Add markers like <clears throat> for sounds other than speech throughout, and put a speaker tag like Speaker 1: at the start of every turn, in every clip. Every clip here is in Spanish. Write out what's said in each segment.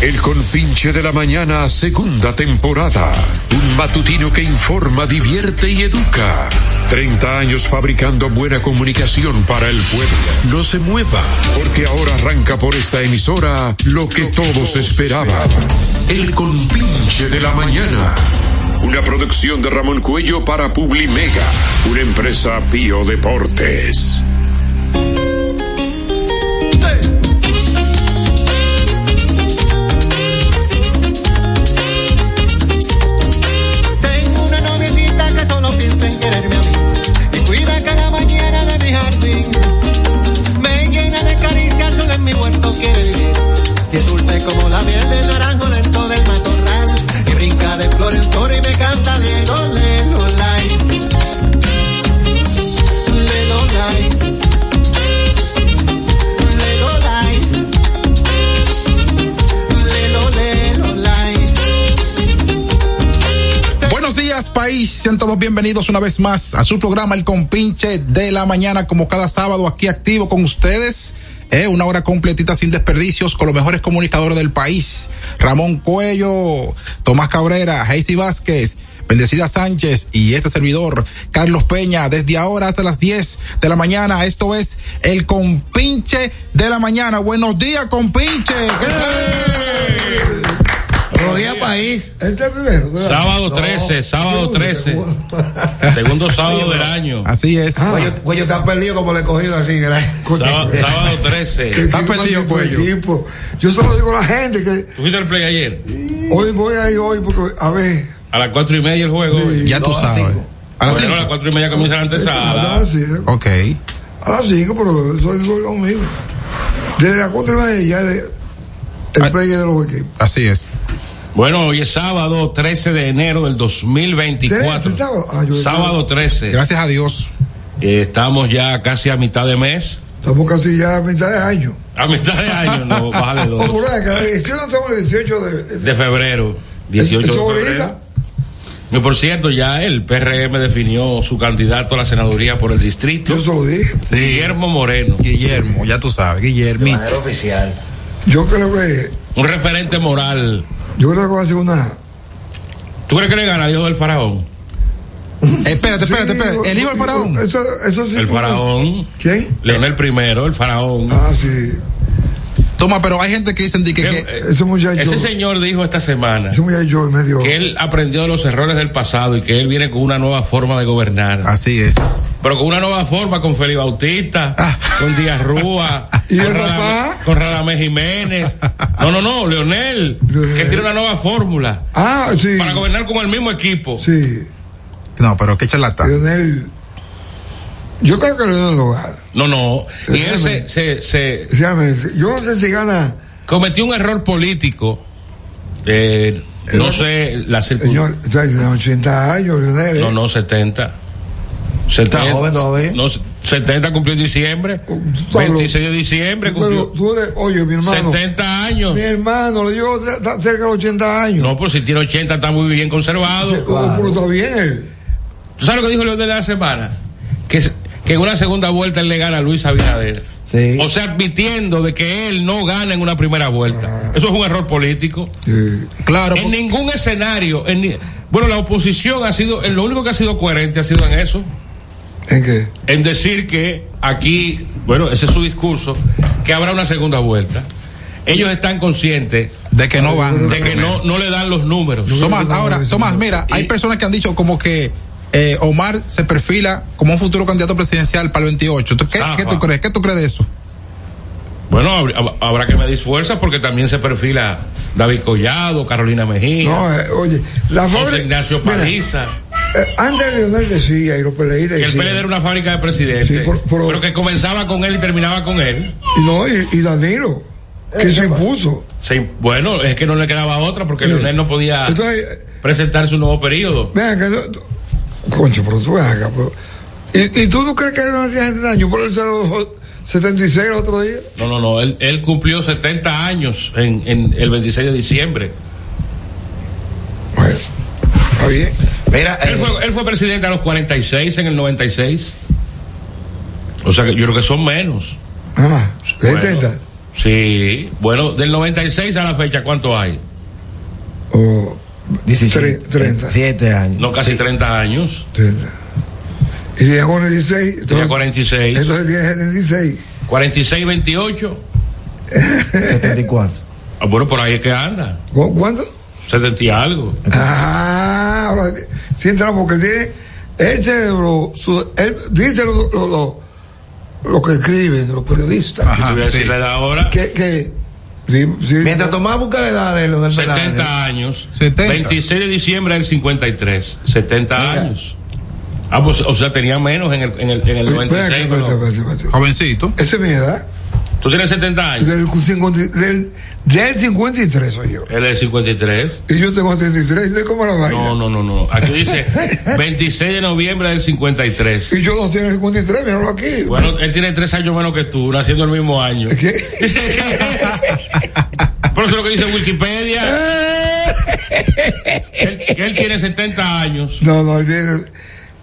Speaker 1: El Conpinche de la Mañana, segunda temporada. Un matutino que informa, divierte y educa. 30 años fabricando buena comunicación para el pueblo. No se mueva, porque ahora arranca por esta emisora lo que todos esperaban. El Conpinche de la Mañana. Una producción de Ramón Cuello para Publimega, una empresa Pío Deportes.
Speaker 2: Tengo una noviecita que solo piensa en quererme a mí y cuida cada mañana de mi jardín. Me llena de caricias, solo en mi huerto quiere vivir. Y es dulce como la miel de naranjo dentro del matorral. Y brinca de flor en flor y me canta Lelo, Lelo, Lai. Lelo, Lai. Lelo, Lai. Lelo, Lelo, Lai.
Speaker 3: Buenos días, país. Sean todos bienvenidos una vez más a su programa El Compinche de la Mañana, como cada sábado aquí activo con ustedes. Eh, una hora completita sin desperdicios con los mejores comunicadores del país. Ramón Cuello, Tomás Cabrera, Heisy Vázquez, Bendecida Sánchez y este servidor, Carlos Peña, desde ahora hasta las 10 de la mañana. Esto es El Compinche de la Mañana. Buenos días, compinche.
Speaker 4: Buenos días, país.
Speaker 5: Este primero. ¿verdad?
Speaker 6: Sábado
Speaker 4: No,
Speaker 6: 13, sábado
Speaker 5: Segundo,
Speaker 6: 13.
Speaker 5: segundo.
Speaker 6: Segundo sábado del año.
Speaker 3: Así es.
Speaker 4: Cuello, cuello está perdido como le he cogido así. ¿verdad?
Speaker 6: Sábado,
Speaker 4: <laughs>
Speaker 6: sábado Ah, pues, 13.
Speaker 5: Qué
Speaker 3: Está
Speaker 5: equipo,
Speaker 3: perdido,
Speaker 5: qué
Speaker 3: cuello.
Speaker 5: equipo. Yo solo digo a la gente que
Speaker 6: ¿Tú fuiste al play ayer?
Speaker 5: hoy voy ahí hoy porque a ver.
Speaker 6: A las 4 y media el juego.
Speaker 5: Sí.
Speaker 3: Ya tú
Speaker 4: No, a las
Speaker 3: sabes.
Speaker 4: cinco.
Speaker 3: A las
Speaker 6: Bueno, a las
Speaker 3: cinco.
Speaker 6: 4 y media comienza la
Speaker 5: A
Speaker 6: antesala.
Speaker 5: las 5,
Speaker 3: Ok.
Speaker 5: a las cinco, pero soy, soy lo mismo. Desde las 4 y media ya de,
Speaker 3: Ay.
Speaker 5: el play de los equipos.
Speaker 3: Así es.
Speaker 6: Bueno, hoy es sábado 13 de enero del 2024.
Speaker 5: ¿Trece, sábado? Ah, yo-
Speaker 6: Sábado 13.
Speaker 3: Gracias a Dios.
Speaker 6: Eh, Estamos ya casi a mitad de mes.
Speaker 5: Estamos casi ya a mitad de año.
Speaker 6: A mitad de año, no, baja de
Speaker 5: <laughs> O por
Speaker 6: dos.
Speaker 5: ahí, que la elección son el 18 de. de-
Speaker 6: De febrero. 18 de
Speaker 5: eso
Speaker 6: febrero.
Speaker 5: ahorita.
Speaker 6: Y por cierto, ya el PRM definió su candidato a la senaduría por el distrito.
Speaker 5: Yo se lo dije.
Speaker 3: Sí.
Speaker 6: Guillermo Moreno.
Speaker 3: Guillermo, ya tú sabes, Guillermo.
Speaker 4: De manera oficial. <laughs>
Speaker 5: Yo creo que.
Speaker 6: Un referente moral.
Speaker 5: Yo creo que va a ser una.
Speaker 6: ¿Tú crees que le gana Dios del faraón?
Speaker 3: Espérate, espérate,
Speaker 5: Sí,
Speaker 3: espérate. El hijo del faraón.
Speaker 5: Eso, eso sí.
Speaker 6: El
Speaker 5: porque-
Speaker 6: faraón.
Speaker 5: ¿Quién?
Speaker 6: Leonel I, el faraón.
Speaker 5: Ah, sí.
Speaker 3: Toma, pero hay gente que dicen de que,
Speaker 6: Que-
Speaker 3: que-
Speaker 6: eh,
Speaker 5: Ese muchacho.
Speaker 6: Ese señor dijo esta semana
Speaker 5: Ese muchacho me dio.
Speaker 6: que él aprendió de los errores del pasado y que él viene con una nueva forma de gobernar.
Speaker 3: así es.
Speaker 6: Pero con una nueva forma con Félix Bautista,
Speaker 3: Ah.
Speaker 6: con Díaz Rúa,
Speaker 5: <laughs> ¿Y
Speaker 6: con
Speaker 5: el
Speaker 6: Radamés-
Speaker 5: papá?
Speaker 6: con Radamés Jiménez. No, no, no, Leonel,
Speaker 5: Leonel.
Speaker 6: que tiene una nueva fórmula
Speaker 5: Ah, sí.
Speaker 6: para gobernar con el mismo equipo.
Speaker 5: Sí.
Speaker 3: No, pero qué charlatán.
Speaker 5: Leonel. Yo creo que Leonel lo gana.
Speaker 6: No, no. Y él se-
Speaker 5: Leonel.
Speaker 6: se- se,
Speaker 5: Realmente. Yo no sé si gana.
Speaker 6: cometió un error político. eh, no sé la circunstancia.
Speaker 5: Señor, o sea, tiene 80 años, Leonel. ¿eh?
Speaker 6: No, no, 70. 70
Speaker 4: joven todavía.
Speaker 6: No, 70 cumplió en diciembre.
Speaker 5: Pablo,
Speaker 6: 26 de diciembre
Speaker 5: tú eres-
Speaker 6: cumplió.
Speaker 5: tú eres- ¿eh? oye, mi hermano.
Speaker 6: 70 años.
Speaker 5: Mi hermano, le digo, está cerca de los 80 años.
Speaker 6: No, pues si tiene 80 está muy bien
Speaker 5: Sí,
Speaker 6: conservado.
Speaker 5: pero está bien él.
Speaker 6: ¿Tú sabes lo que dijo León de la semana? Que, se- que en una segunda vuelta él le gana a Luis Abinader.
Speaker 4: Sí.
Speaker 6: O sea, admitiendo de que él no gana en una primera vuelta. Eso es un error político.
Speaker 5: Sí.
Speaker 3: Claro,
Speaker 6: en
Speaker 3: por-
Speaker 6: ningún escenario. en ni- bueno, la oposición ha sido, en lo único que ha sido coherente ha sido en eso,
Speaker 5: ¿En qué?
Speaker 6: en decir que aquí, bueno, ese es su discurso, que habrá una segunda vuelta. Ellos están conscientes
Speaker 3: de que no van.
Speaker 6: de que no, no le dan los números.
Speaker 3: Tomás, ahora, Tomás, mira, hay personas que han dicho como que eh, Omar se perfila como un futuro candidato presidencial para el 28. ¿Tú- ¿Qué,
Speaker 6: Zafa.
Speaker 3: qué tú crees? ¿Qué tú crees de eso?
Speaker 6: Bueno, hab- habrá que medir fuerzas porque también se perfila David Collado, Carolina Mejía,
Speaker 5: No, eh, oye, la
Speaker 6: José
Speaker 5: fábrica-
Speaker 6: Ignacio
Speaker 5: mira,
Speaker 6: Paliza.
Speaker 5: eh, antes Leonel decía, y los peleístas
Speaker 6: Que el
Speaker 5: decían-
Speaker 6: PLD era una fábrica de presidentes,
Speaker 5: Sí, por- por-
Speaker 6: pero que comenzaba con él y terminaba con él.
Speaker 5: y no, y, y Danilo, que se impuso.
Speaker 6: Se imp- bueno, es que no le quedaba otra porque Leonel no podía
Speaker 5: Entonces,
Speaker 6: presentar su nuevo periodo.
Speaker 5: Ven acá, yo- tú- concho, pero tú ven acá, pero- ¿Y, y tú no crees que no tiene 70 años? Por el 76 el otro día.
Speaker 6: No, no, no, él, él cumplió 70 años en, en el 26 de diciembre.
Speaker 5: Bueno, está bien.
Speaker 4: Mira, eh,
Speaker 6: Él fue, él fue presidente a los 46 en el 96. O sea, que yo creo que son menos.
Speaker 5: Ah, 70.
Speaker 6: Bueno, Sí, bueno, del 96 a la fecha, ¿cuánto hay?
Speaker 5: O
Speaker 4: 17,
Speaker 5: tre- 30.
Speaker 4: 7 años.
Speaker 6: No, casi
Speaker 4: Sí.
Speaker 6: 30 años.
Speaker 5: 30. Y si ya con el 16,
Speaker 6: Tenía
Speaker 5: entonces,
Speaker 6: 46.
Speaker 5: entonces tiene 76.
Speaker 6: 46, 28.
Speaker 4: 74.
Speaker 6: Ah, bueno, por ahí es que anda.
Speaker 5: ¿Cu- ¿Cuánto?
Speaker 6: 70 y algo.
Speaker 5: Ah, ahora sí entra porque tiene el cerebro, su- él dice lo, lo, lo- lo que escriben los periodistas.
Speaker 6: Y te voy a decir la edad ahora.
Speaker 5: Que, que, sí, sí.
Speaker 4: Mientras Tomás busca la edad de Leonel Fernández.
Speaker 6: 70 años.
Speaker 3: 70.
Speaker 6: 26 de diciembre del 53. 70 años. Ah, pues, o sea, tenía menos en el, en el, en el
Speaker 5: Espera,
Speaker 6: 96.
Speaker 5: espera,
Speaker 6: pero-
Speaker 5: espera, espera, espera.
Speaker 3: Jovencito.
Speaker 5: Esa es mi edad.
Speaker 6: Tú tienes 70 años.
Speaker 5: Del, 50 del, del 53 soy yo.
Speaker 6: Él es 53.
Speaker 5: Y yo tengo 73. ¿De cómo la vaina?
Speaker 6: No, no, no, no. Aquí
Speaker 5: <laughs>
Speaker 6: dice 26 de noviembre del 53.
Speaker 5: Y yo no tengo 53, míralo aquí.
Speaker 6: Bueno, él tiene tres años menos que tú, naciendo el mismo año. <laughs>
Speaker 5: ¿Qué?
Speaker 6: Por eso es lo que dice Wikipedia.
Speaker 5: Eh.
Speaker 6: Él, que él tiene 70 años.
Speaker 5: No, no, él tiene,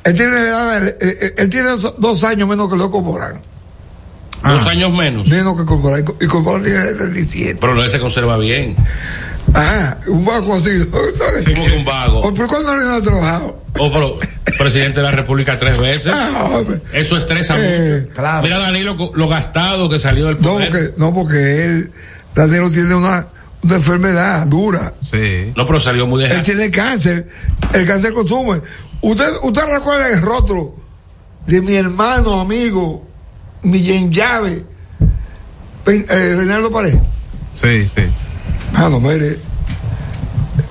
Speaker 5: él tiene la edad del- él- eh, él- él tiene dos- dos años menos que loco Morán.
Speaker 6: Ah. Dos
Speaker 5: Ah.
Speaker 6: años menos.
Speaker 5: Menos que Corporal. Y Corporal tiene 37.
Speaker 6: Pero no él se conserva bien.
Speaker 5: Ajá, Ah, un vago así.
Speaker 6: Como que un vago.
Speaker 5: ¿O ¿Por cuándo le han trabajado?
Speaker 6: Oh, pero presidente de la República tres veces.
Speaker 5: Ah, hombre.
Speaker 6: Eso estresa
Speaker 5: Eh,
Speaker 6: mucho.
Speaker 4: claro.
Speaker 6: Mira, Danilo, co- lo gastado que salió del
Speaker 5: No,
Speaker 6: poder.
Speaker 5: porque, no, porque él, Danilo tiene una, una enfermedad dura.
Speaker 3: Sí.
Speaker 6: No, pero salió muy
Speaker 5: Él
Speaker 6: dejado.
Speaker 5: tiene cáncer. El cáncer consume. Usted, usted recuerda el rostro de mi hermano, amigo, Millén Llave, Pen- eh, Reinaldo Pared.
Speaker 3: Sí, sí.
Speaker 5: Ah, no, mire.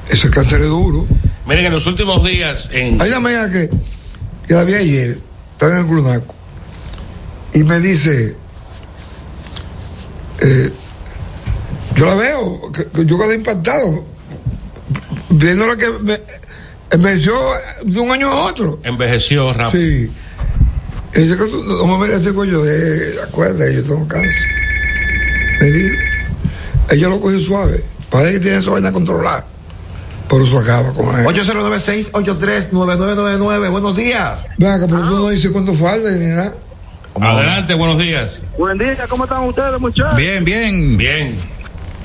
Speaker 5: Ese cáncer es duro.
Speaker 6: Miren, en los últimos días, en,
Speaker 5: Hay una amiga que, que la vi ayer, estaba en el Grunaco, y me dice, eh, yo la veo, que- que yo quedé impactado, viendo la que me envejeció de un año a otro.
Speaker 6: envejeció rápido.
Speaker 5: Sí. Y dice que tú no me mires así, coño, eh, acuérdate, yo tengo cáncer. Me dijo, ella lo cogió suave, parece que tiene su vaina controlada, pero eso
Speaker 4: Ah, pues,
Speaker 5: acaba con la gente.
Speaker 4: 8096-839999. Buenos días.
Speaker 5: Venga,
Speaker 7: Ah.
Speaker 5: pero tú no dices cuánto falta ni nada.
Speaker 6: Adelante, buenos días.
Speaker 7: Buen día, ¿cómo están ustedes, muchachos?
Speaker 3: Bien, bien.
Speaker 6: Bien.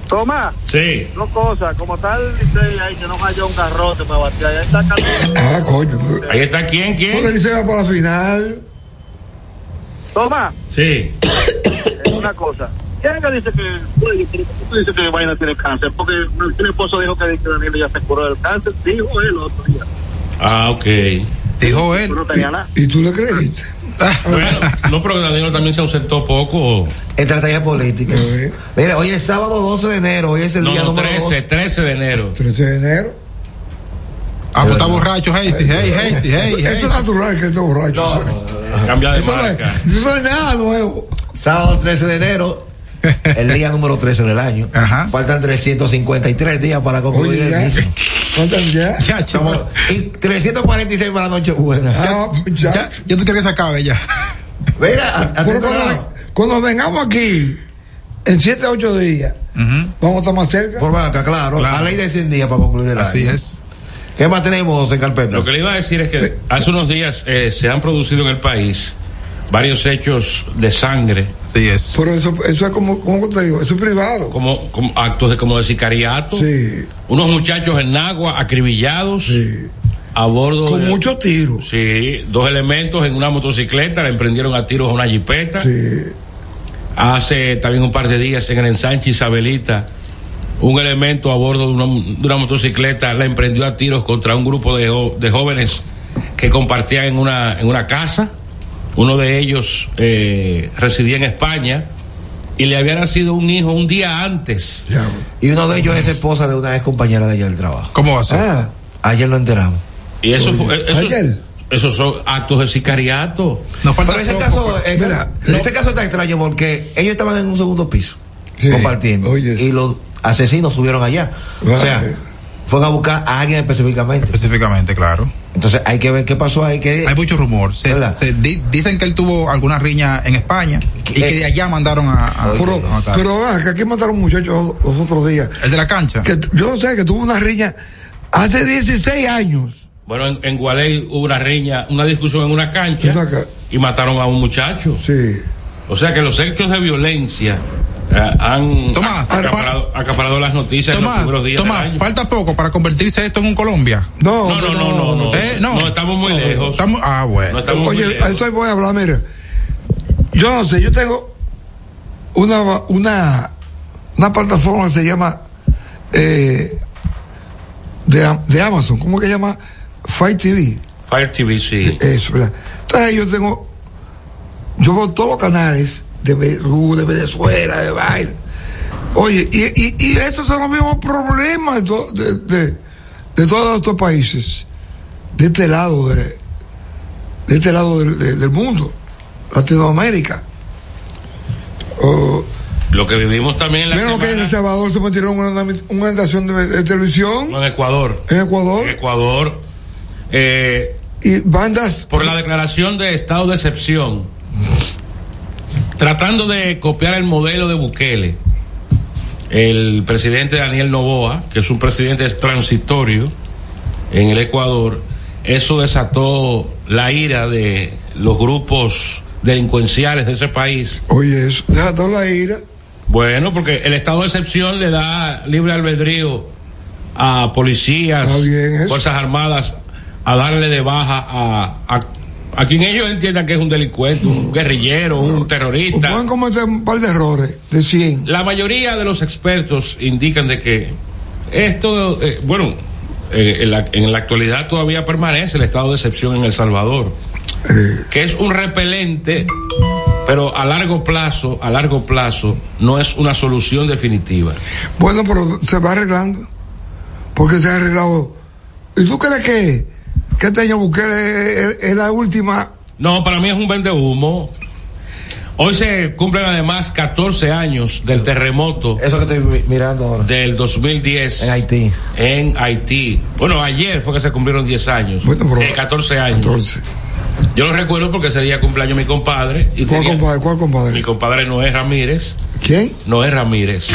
Speaker 7: Tomás,
Speaker 6: Sí.
Speaker 7: dos cosas. Como está el Licey ahí, que no cayó un garrote para batear. Ahí está Carlos.
Speaker 5: Ah, coño. pero-
Speaker 6: Ahí está quién,
Speaker 5: Porque
Speaker 6: quién.
Speaker 5: el Licey va para la final.
Speaker 7: Tomás,
Speaker 6: Sí.
Speaker 7: es una cosa. ¿Quién es que dice que, oye, ¿por qué dice que Vaina tiene cáncer? Porque mi esposo dijo que, que Danilo ya se curó del cáncer. Dijo él otro día.
Speaker 6: Ah, ok.
Speaker 3: Dijo
Speaker 7: Pero
Speaker 3: él.
Speaker 7: no tenía nada.
Speaker 5: ¿Y tú le creíste?
Speaker 6: Bueno, no, pero Danilo también se ausentó poco.
Speaker 4: Estrategia política.
Speaker 5: Sí.
Speaker 4: Mira, hoy es sábado 12 de enero. Hoy es el
Speaker 6: No,
Speaker 4: día
Speaker 6: no,
Speaker 4: número 12.
Speaker 6: 13, 13 de enero.
Speaker 5: 13 de enero.
Speaker 3: Ah, pues está borracho, hey, sí, hey, hey, sí, hey, hey.
Speaker 5: Eso es natural que esté borracho.
Speaker 4: No,
Speaker 5: eso,
Speaker 4: no, no.
Speaker 6: Cambia de
Speaker 5: eso no es,
Speaker 6: marca.
Speaker 5: eso no es nada nuevo.
Speaker 4: Sábado 13 de
Speaker 3: <laughs>
Speaker 4: enero. El día número 13 del año.
Speaker 3: Ajá.
Speaker 4: Faltan 353 días para concluir
Speaker 5: Oye,
Speaker 4: el
Speaker 5: ya.
Speaker 4: mismo.
Speaker 5: ¿Cuántas ya?
Speaker 3: Ya, chaval.
Speaker 4: Y 346 para la noche buena.
Speaker 5: Ah, pues ya.
Speaker 3: Ya, yo te quiero que se acabe ya.
Speaker 4: Mira, a-
Speaker 5: Bueno,
Speaker 4: atento
Speaker 5: cuando,
Speaker 4: nada.
Speaker 5: cuando vengamos aquí, en 7 a 8 días, vamos a estar más cerca.
Speaker 4: ¿Mm? Por acá, claro.
Speaker 3: Claro.
Speaker 4: A ley de 100 días para concluir el
Speaker 3: Así
Speaker 4: año.
Speaker 3: es.
Speaker 4: ¿Qué más tenemos en carpeta?
Speaker 6: Lo que le iba a decir es que hace unos días eh, se han producido en el país varios hechos de sangre,
Speaker 3: Así es.
Speaker 5: Pero eso, eso es como, como te digo, eso es privado.
Speaker 6: como, como actos de como de sicariato,
Speaker 5: Sí.
Speaker 6: unos muchachos en Nagua acribillados
Speaker 5: Sí.
Speaker 6: a bordo
Speaker 5: Con
Speaker 6: de-
Speaker 5: muchos tiros.
Speaker 6: Sí, dos elementos en una motocicleta, le emprendieron a tiros a una jipeta.
Speaker 5: Sí.
Speaker 6: Hace también un par de días en el ensanche Isabelita, un elemento a bordo de una, de una motocicleta la emprendió a tiros contra un grupo de, jo- de jóvenes que compartían en una, en una casa. Uno de ellos eh, residía en España y le había nacido un hijo un día antes.
Speaker 5: Ya.
Speaker 4: Y uno de ellos es esposa de una ex compañera de ella del trabajo.
Speaker 3: ¿Cómo va a ser?
Speaker 5: Ah,
Speaker 4: Ayer lo enteramos.
Speaker 6: Y eso fue-
Speaker 5: Oye,
Speaker 6: eso-
Speaker 5: Ángel.
Speaker 6: esos son actos de sicariato.
Speaker 3: Nos falta
Speaker 4: Pero ese
Speaker 3: poco,
Speaker 4: caso,
Speaker 3: pero-
Speaker 4: eh,
Speaker 5: Mira,
Speaker 4: no- ese caso está extraño porque ellos estaban en un segundo piso
Speaker 5: Sí.
Speaker 4: compartiendo
Speaker 5: Oye.
Speaker 4: y los asesinos subieron allá.
Speaker 5: Vale.
Speaker 4: O sea, fueron a buscar a alguien específicamente.
Speaker 3: Específicamente, claro.
Speaker 4: Entonces hay que ver qué pasó ahí. Que,
Speaker 3: Hay mucho rumor. Se-
Speaker 4: ¿Verdad? Eh.
Speaker 3: se di- dicen que él tuvo alguna riña en España y que de allá mandaron a. a-
Speaker 5: Pero,
Speaker 3: a matar.
Speaker 5: pero ah, que aquí mataron muchachos los otros días.
Speaker 3: el de la cancha.
Speaker 5: Que, yo no sé, que tuvo una riña hace 16 años.
Speaker 6: Bueno, en, en Gualey hubo una riña, una discusión en una cancha
Speaker 5: Una ca-
Speaker 6: y mataron a un muchacho.
Speaker 5: Sí.
Speaker 6: O sea que los hechos de violencia eh, han
Speaker 3: Tomás,
Speaker 6: acaparado, acaparado las noticias en los
Speaker 3: Tomás,
Speaker 6: primeros días del
Speaker 3: Tomás,
Speaker 6: año.
Speaker 3: falta poco para convertirse esto en un Colombia.
Speaker 5: No,
Speaker 6: No, no, no, no, no.
Speaker 3: Eh, no.
Speaker 6: No, estamos muy lejos.
Speaker 3: Estamos, ah,
Speaker 6: No
Speaker 3: bueno.
Speaker 6: estamos muy
Speaker 5: Oye,
Speaker 6: lejos.
Speaker 5: a eso voy a hablar, mira. Yo no sé, yo tengo una una, una plataforma que se llama eh, de, Am- de Amazon, ¿cómo que se llama? Fight TV.
Speaker 6: Fire TV, sí.
Speaker 5: Eso, ¿verdad? Entonces ahí yo tengo, yo veo todos los canales de Perú, de Venezuela, de Baile. Oye, y, y, y esos son los mismos problemas de, to- de, de- de todos estos países, de este lado, de, de este lado del, de- del mundo, Latinoamérica. Oh,
Speaker 6: Lo que vivimos también en la
Speaker 5: mira lo que en El
Speaker 6: semana,
Speaker 5: Salvador se metieron una, una estación de, de televisión,
Speaker 6: no, en Ecuador.
Speaker 5: en Ecuador,
Speaker 6: En Ecuador, eh,
Speaker 5: y bandas
Speaker 6: por la declaración de estado de excepción, tratando de copiar el modelo de Bukele, el presidente Daniel Novoa, que es un presidente transitorio en el Ecuador, eso desató la ira de los grupos delincuenciales de ese país.
Speaker 5: Oye, eso, deja toda la ira.
Speaker 6: Bueno, porque el estado de excepción le da libre albedrío a policías,
Speaker 5: Está bien eso.
Speaker 6: fuerzas armadas, a darle de baja a, a, a quien ellos entiendan que es un delincuente, un guerrillero, un terrorista.
Speaker 5: Pueden cometer un par de errores, de 100.
Speaker 6: La mayoría de los expertos indican de que esto, eh, bueno, eh, en, la, en la actualidad todavía permanece el estado de excepción en El Salvador
Speaker 5: Eh,
Speaker 6: que es un repelente, pero a largo plazo, a largo plazo, no es una solución definitiva.
Speaker 5: bueno, pero se va arreglando. Porque se ha arreglado. ¿Y tú crees que, que este año Bukele es, es la última?
Speaker 6: No, para mí es un vende humo. Hoy se cumplen además 14 años del terremoto
Speaker 4: Eso que estoy mi- mirando ahora.
Speaker 6: del 2010
Speaker 4: En Haití.
Speaker 6: En Haití. Bueno, ayer fue que se cumplieron 10 años.
Speaker 5: Bueno, pero-
Speaker 6: Eh, 14 años.
Speaker 5: 14.
Speaker 6: Yo lo recuerdo porque ese día cumpleaños mi compadre. Y
Speaker 5: ¿Cuál
Speaker 6: tenía-
Speaker 5: compadre? ¿Cuál
Speaker 6: Mi
Speaker 5: compadre?
Speaker 6: compadre Noé Ramírez.
Speaker 5: ¿Quién?
Speaker 6: Noé Ramírez.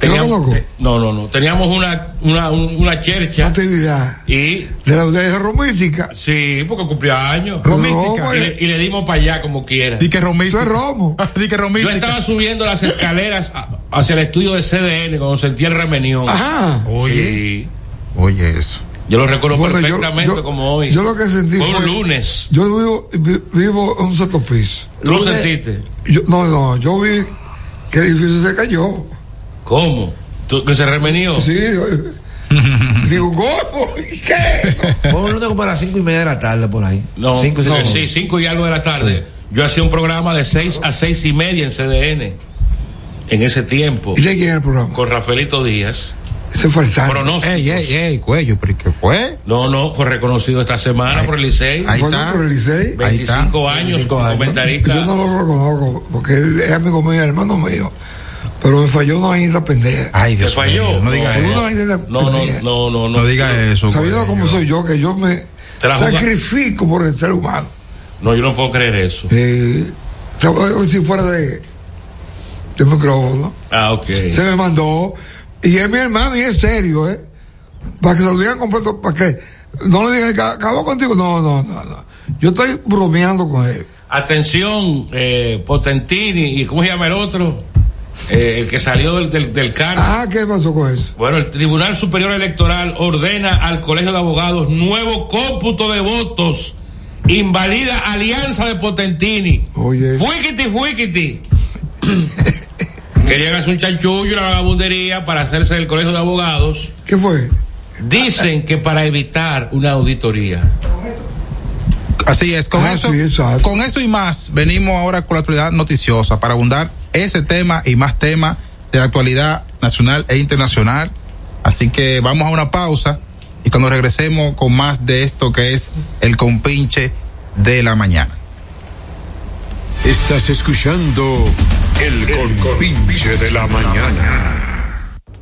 Speaker 5: conozco?
Speaker 6: te- no, no, no. Teníamos una, una, un- una
Speaker 5: La
Speaker 6: chercha
Speaker 5: actividad.
Speaker 6: y
Speaker 5: De la audiencia romística.
Speaker 6: sí, porque cumplía años.
Speaker 3: Romística.
Speaker 5: No, eh.
Speaker 6: Y
Speaker 5: güey,
Speaker 6: le, y le dimos para allá como quiera.
Speaker 3: Di que romística.
Speaker 5: Eso es <laughs> romo.
Speaker 3: Di
Speaker 6: Yo
Speaker 3: que romística.
Speaker 6: estaba subiendo las escaleras a- hacia el estudio de CDN cuando sentí el remenión.
Speaker 5: Ajá.
Speaker 6: Sí.
Speaker 3: Ah. Oye, eso.
Speaker 6: Yo lo recuerdo
Speaker 5: Bueno, yo-
Speaker 6: perfectamente
Speaker 5: yo-
Speaker 6: como hoy.
Speaker 5: yo lo que sentí
Speaker 6: fue un
Speaker 5: fue-
Speaker 6: lunes.
Speaker 5: Yo vivo, vi- vivo en un sexto piso.
Speaker 6: ¿Tú lo
Speaker 4: Lunes.
Speaker 6: sentiste?
Speaker 5: Yo, no, no, yo vi que el edificio se cayó.
Speaker 6: ¿Cómo? ¿Tú- ¿Que se remenió?
Speaker 5: Sí. yo- Digo, ¿cómo? ¿Y qué? es esto?
Speaker 4: Fue un lunes como a las cinco y media de la tarde por ahí.
Speaker 6: No,
Speaker 4: cinco,
Speaker 6: sí,
Speaker 4: cinco.
Speaker 6: sí, cinco y algo de la tarde. Yo hacía un programa de seis a seis y media en CDN en ese tiempo
Speaker 5: ¿Y de quién era el programa?
Speaker 6: con Rafaelito Díaz.
Speaker 5: Se fue al santo.
Speaker 6: Pronósticos.
Speaker 3: Ey, ey, ey, cuello, pero ¿y ¿qué fue?
Speaker 6: No, no, fue reconocido esta semana por el Licey.
Speaker 3: Ahí
Speaker 5: Fue
Speaker 3: está.
Speaker 5: por el Licey.
Speaker 3: ahí está.
Speaker 6: 25 años
Speaker 4: 25
Speaker 6: como
Speaker 4: años.
Speaker 6: comentarista.
Speaker 5: Yo no lo reconozco porque él es amigo mío, hermano mío. Pero me falló una isla pendeja.
Speaker 3: Ay,
Speaker 6: ¿Te
Speaker 3: Dios
Speaker 6: falló?
Speaker 3: mío. No diga
Speaker 5: No,
Speaker 3: eso.
Speaker 5: una isla
Speaker 6: No, no,
Speaker 5: pendeja.
Speaker 6: no, no, no.
Speaker 3: No diga eso. pues.
Speaker 5: Sabiendo
Speaker 3: cuello.
Speaker 5: cómo soy yo, que yo me
Speaker 6: Te la jugaste.
Speaker 5: sacrifico por el ser humano.
Speaker 6: No, yo no puedo creer eso.
Speaker 5: Eh, sab- si fuera de, de micrófono,
Speaker 6: Ah, ok.
Speaker 5: se me mandó. Y es mi hermano y es serio, ¿eh? Para que se lo digan completo, para que no le digan, acabó contigo. No, no, no, no. Yo estoy bromeando con él.
Speaker 6: Atención, eh, Potentini, ¿y cómo se llama el otro? Eh, el que salió del, del, del cargo.
Speaker 5: Ah, ¿qué pasó con eso?
Speaker 6: Bueno, el Tribunal Superior Electoral ordena al Colegio de Abogados nuevo cómputo de votos. Invalida alianza de Potentini.
Speaker 5: Oye.
Speaker 6: Fuiquiti, fuiquiti. Querían hacer un chanchullo, una vagabundería para hacerse del Colegio de Abogados.
Speaker 5: ¿Qué fue?
Speaker 6: Dicen que para evitar una auditoría.
Speaker 3: Así es, con
Speaker 5: Ah,
Speaker 3: eso,
Speaker 5: sí, exacto.
Speaker 3: con eso y más, venimos ahora con la actualidad noticiosa para abundar ese tema y más temas de la actualidad nacional e internacional. Así que vamos a una pausa y cuando regresemos con más de esto que es el compinche de la mañana.
Speaker 1: Estás escuchando el compinche de la mañana.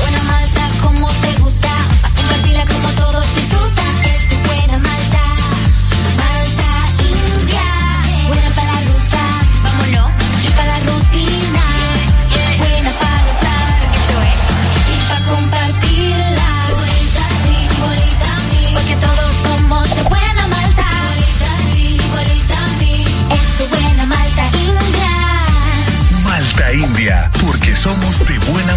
Speaker 8: buena malta, como te gusta, pa' compartirla como todos disfrutan. Es tu buena malta, malta india. Buena para la ruta, vámonos, y para la rutina. Buena para notar, eso es, y para compartirla. Igualita a ti, igualita a mí. Porque todos somos de buena malta. Igualita a ti, igualita a mí. Es tu buena malta india.
Speaker 9: Malta India, porque somos de buena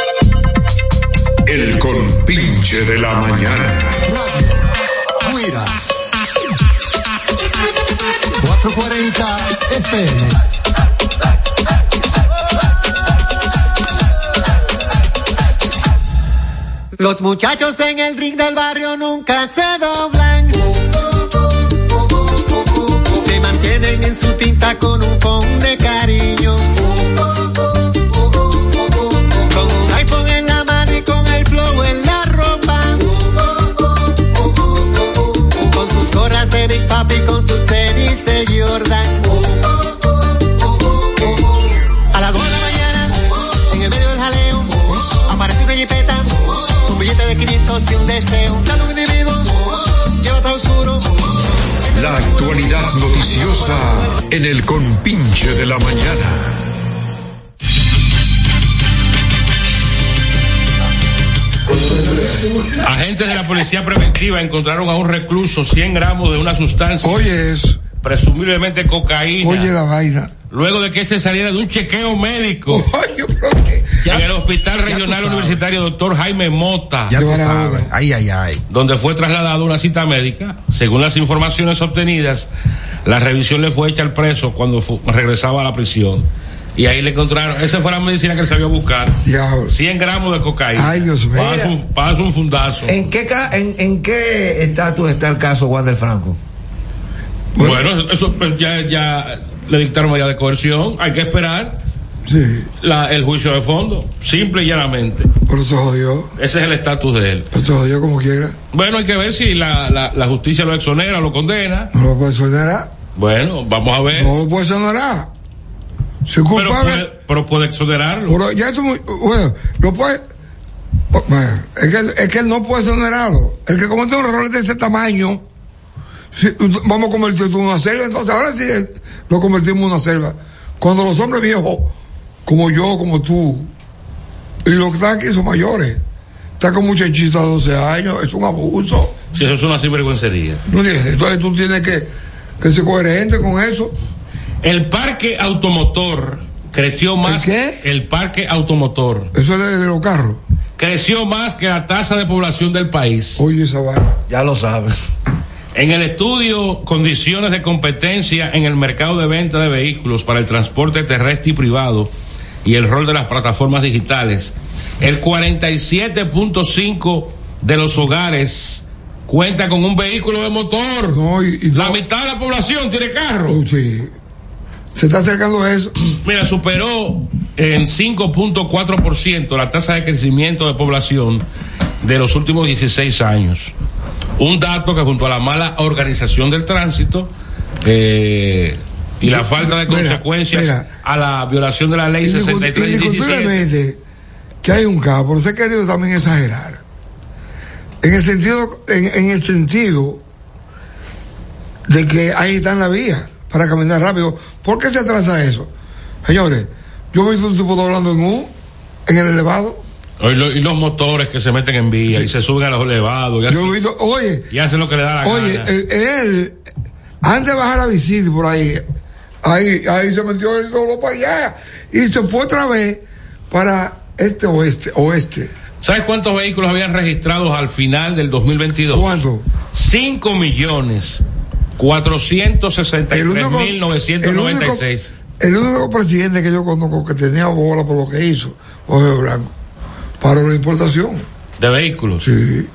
Speaker 1: El compinche de la mañana.
Speaker 2: 440 FM. Los muchachos en el ring del barrio nunca se doblan. Se mantienen en su tinta con un con de cariño. Con un iPhone en la mano y con el flow en la ropa. Con sus gorras de Big Papi, con sus tenis de Jordan. A las 2 de la mañana, en el medio del jaleo, aparece una jipeta, un billete de 500 y un deseo. Un saludo individuo, lleva todo oscuro.
Speaker 1: La actualidad noticiosa en el compinche de la mañana.
Speaker 6: Agentes de la policía preventiva encontraron a un recluso 100 gramos de una sustancia.
Speaker 5: Oye, eso.
Speaker 6: Presumiblemente cocaína.
Speaker 5: Oye la vaina.
Speaker 6: Luego de que este saliera de un chequeo
Speaker 5: <laughs>
Speaker 6: médico
Speaker 5: Oye, bro, que-
Speaker 6: en el Hospital
Speaker 3: ya tú
Speaker 6: Regional
Speaker 3: sabes.
Speaker 6: Universitario Doctor Jaime Mota.
Speaker 3: Ya
Speaker 5: Qué
Speaker 3: tú
Speaker 5: buena
Speaker 3: sabes.
Speaker 5: obra.
Speaker 3: Ay, ay, ay.
Speaker 6: donde fue trasladado a una cita médica. Según las informaciones obtenidas, la revisión le fue hecha al preso cuando fu- regresaba a la prisión. Y ahí le encontraron, esa fue la medicina que él sabía buscar.
Speaker 5: Diablo.
Speaker 6: 100 gramos de cocaína.
Speaker 5: Ay, Dios mío.
Speaker 6: Pasa un, pasa un fundazo.
Speaker 4: ¿En qué, ca- en, en qué estatus está el caso Wander Franco?
Speaker 6: Bueno, eso pues, ya, ya le dictaron medida de coerción. Hay que esperar
Speaker 5: Sí,
Speaker 6: la- el juicio de fondo, simple y llanamente.
Speaker 5: pero se jodió.
Speaker 6: Ese es el estatus de él.
Speaker 5: Pero se Pues jodió como quiera.
Speaker 6: Bueno, hay que ver si la, la- la justicia lo exonera, lo condena.
Speaker 5: No lo puede sonar.
Speaker 6: Bueno, vamos a ver.
Speaker 5: No lo puede sonar. Si
Speaker 6: pero,
Speaker 5: es culpable.
Speaker 6: puede, pero puede exonerarlo.
Speaker 5: Pero ya eso muy- bueno, no puede. oh, bueno, es que, es que él no puede ser exonerado. El que comete un error de ese tamaño, si- vamos a convertirlo en una selva. Entonces, ahora sí eh, lo convertimos en una selva. Cuando los hombres viejos, como yo, como tú, y los que están aquí son mayores, están con muchachitas de 12 años, es un abuso.
Speaker 6: Si eso es una sinvergüencería.
Speaker 5: ¿No entiendes? Entonces, tú tienes que, que ser coherente con eso.
Speaker 6: El parque automotor creció más.
Speaker 5: qué?
Speaker 6: El parque automotor
Speaker 5: Eso es de, de los carros.
Speaker 6: creció más que la tasa de población del país.
Speaker 5: Oye, esa vaina.
Speaker 4: Ya lo sabes.
Speaker 6: En el estudio Condiciones de competencia en el mercado de venta de vehículos para el transporte terrestre y privado y el rol de las plataformas digitales, el 47.5 de los hogares cuenta con un vehículo de motor. la mitad de la población tiene carro.
Speaker 5: Oh, Sí. Se está acercando a eso.
Speaker 6: <clears throat> Mira, superó en 5.4% la tasa de crecimiento de población de los últimos 16 años. Un dato que junto a la mala organización del tránsito eh, y la falta de
Speaker 5: Mira,
Speaker 6: consecuencias
Speaker 5: mira.
Speaker 6: a la violación de la ley 63
Speaker 5: Indiscutiblemente que hay un caos, pero se ha querido también exagerar. En el sentido, en, en el sentido de que ahí está en la vía para caminar rápido. ¿Por qué se atrasa eso? Señores, yo he visto un tipo doblando en U, en el elevado.
Speaker 6: Y, lo- y los motores que se meten en vía y se suben a los elevados y,
Speaker 5: Yo he
Speaker 6: hacen-
Speaker 5: visto, oye,
Speaker 6: y hacen lo que le da la
Speaker 5: Oye, eh,
Speaker 6: gana.
Speaker 5: él, él, antes de bajar a Vicente por ahí, ahí, ahí se metió el doble para allá y se fue otra vez para este oeste, oeste.
Speaker 6: ¿Sabes cuántos vehículos habían registrados al final del 2022?
Speaker 5: ¿Cuánto?
Speaker 6: 5 millones 463 mil
Speaker 5: El único,
Speaker 6: 996.
Speaker 5: el único presidente que yo conozco que tenía bola por lo que hizo, Jorge Blanco, para la importación.
Speaker 6: de vehículos.
Speaker 5: Sí.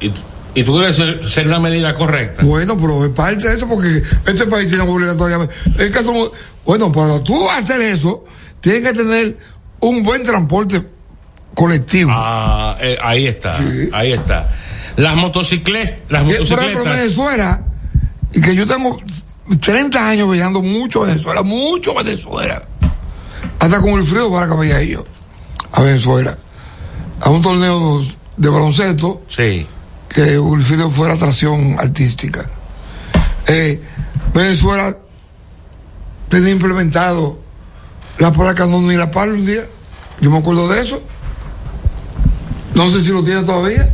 Speaker 6: ¿Y, tú- y tú crees ser, ser una medida correcta?
Speaker 5: Bueno, pero es parte de eso porque este país tiene obligatoriamente. es que somos- bueno, para tú hacer eso, tienes que tener un buen transporte colectivo.
Speaker 6: Ah, eh, ahí está, ahí está. Las motocicletas, las
Speaker 5: Eh, Por ejemplo,
Speaker 6: motocicletas.
Speaker 5: Venezuela, y que yo tengo 30 años viajando mucho a Venezuela, mucho a Venezuela. Hasta con el frío para que vaya yo a Venezuela. A un torneo de baloncesto
Speaker 6: Sí.
Speaker 5: que Wilfrido fue la atracción artística. Eh, Venezuela tenía implementado la placa no ni la par un día. Yo me acuerdo de eso. No sé si lo tiene todavía.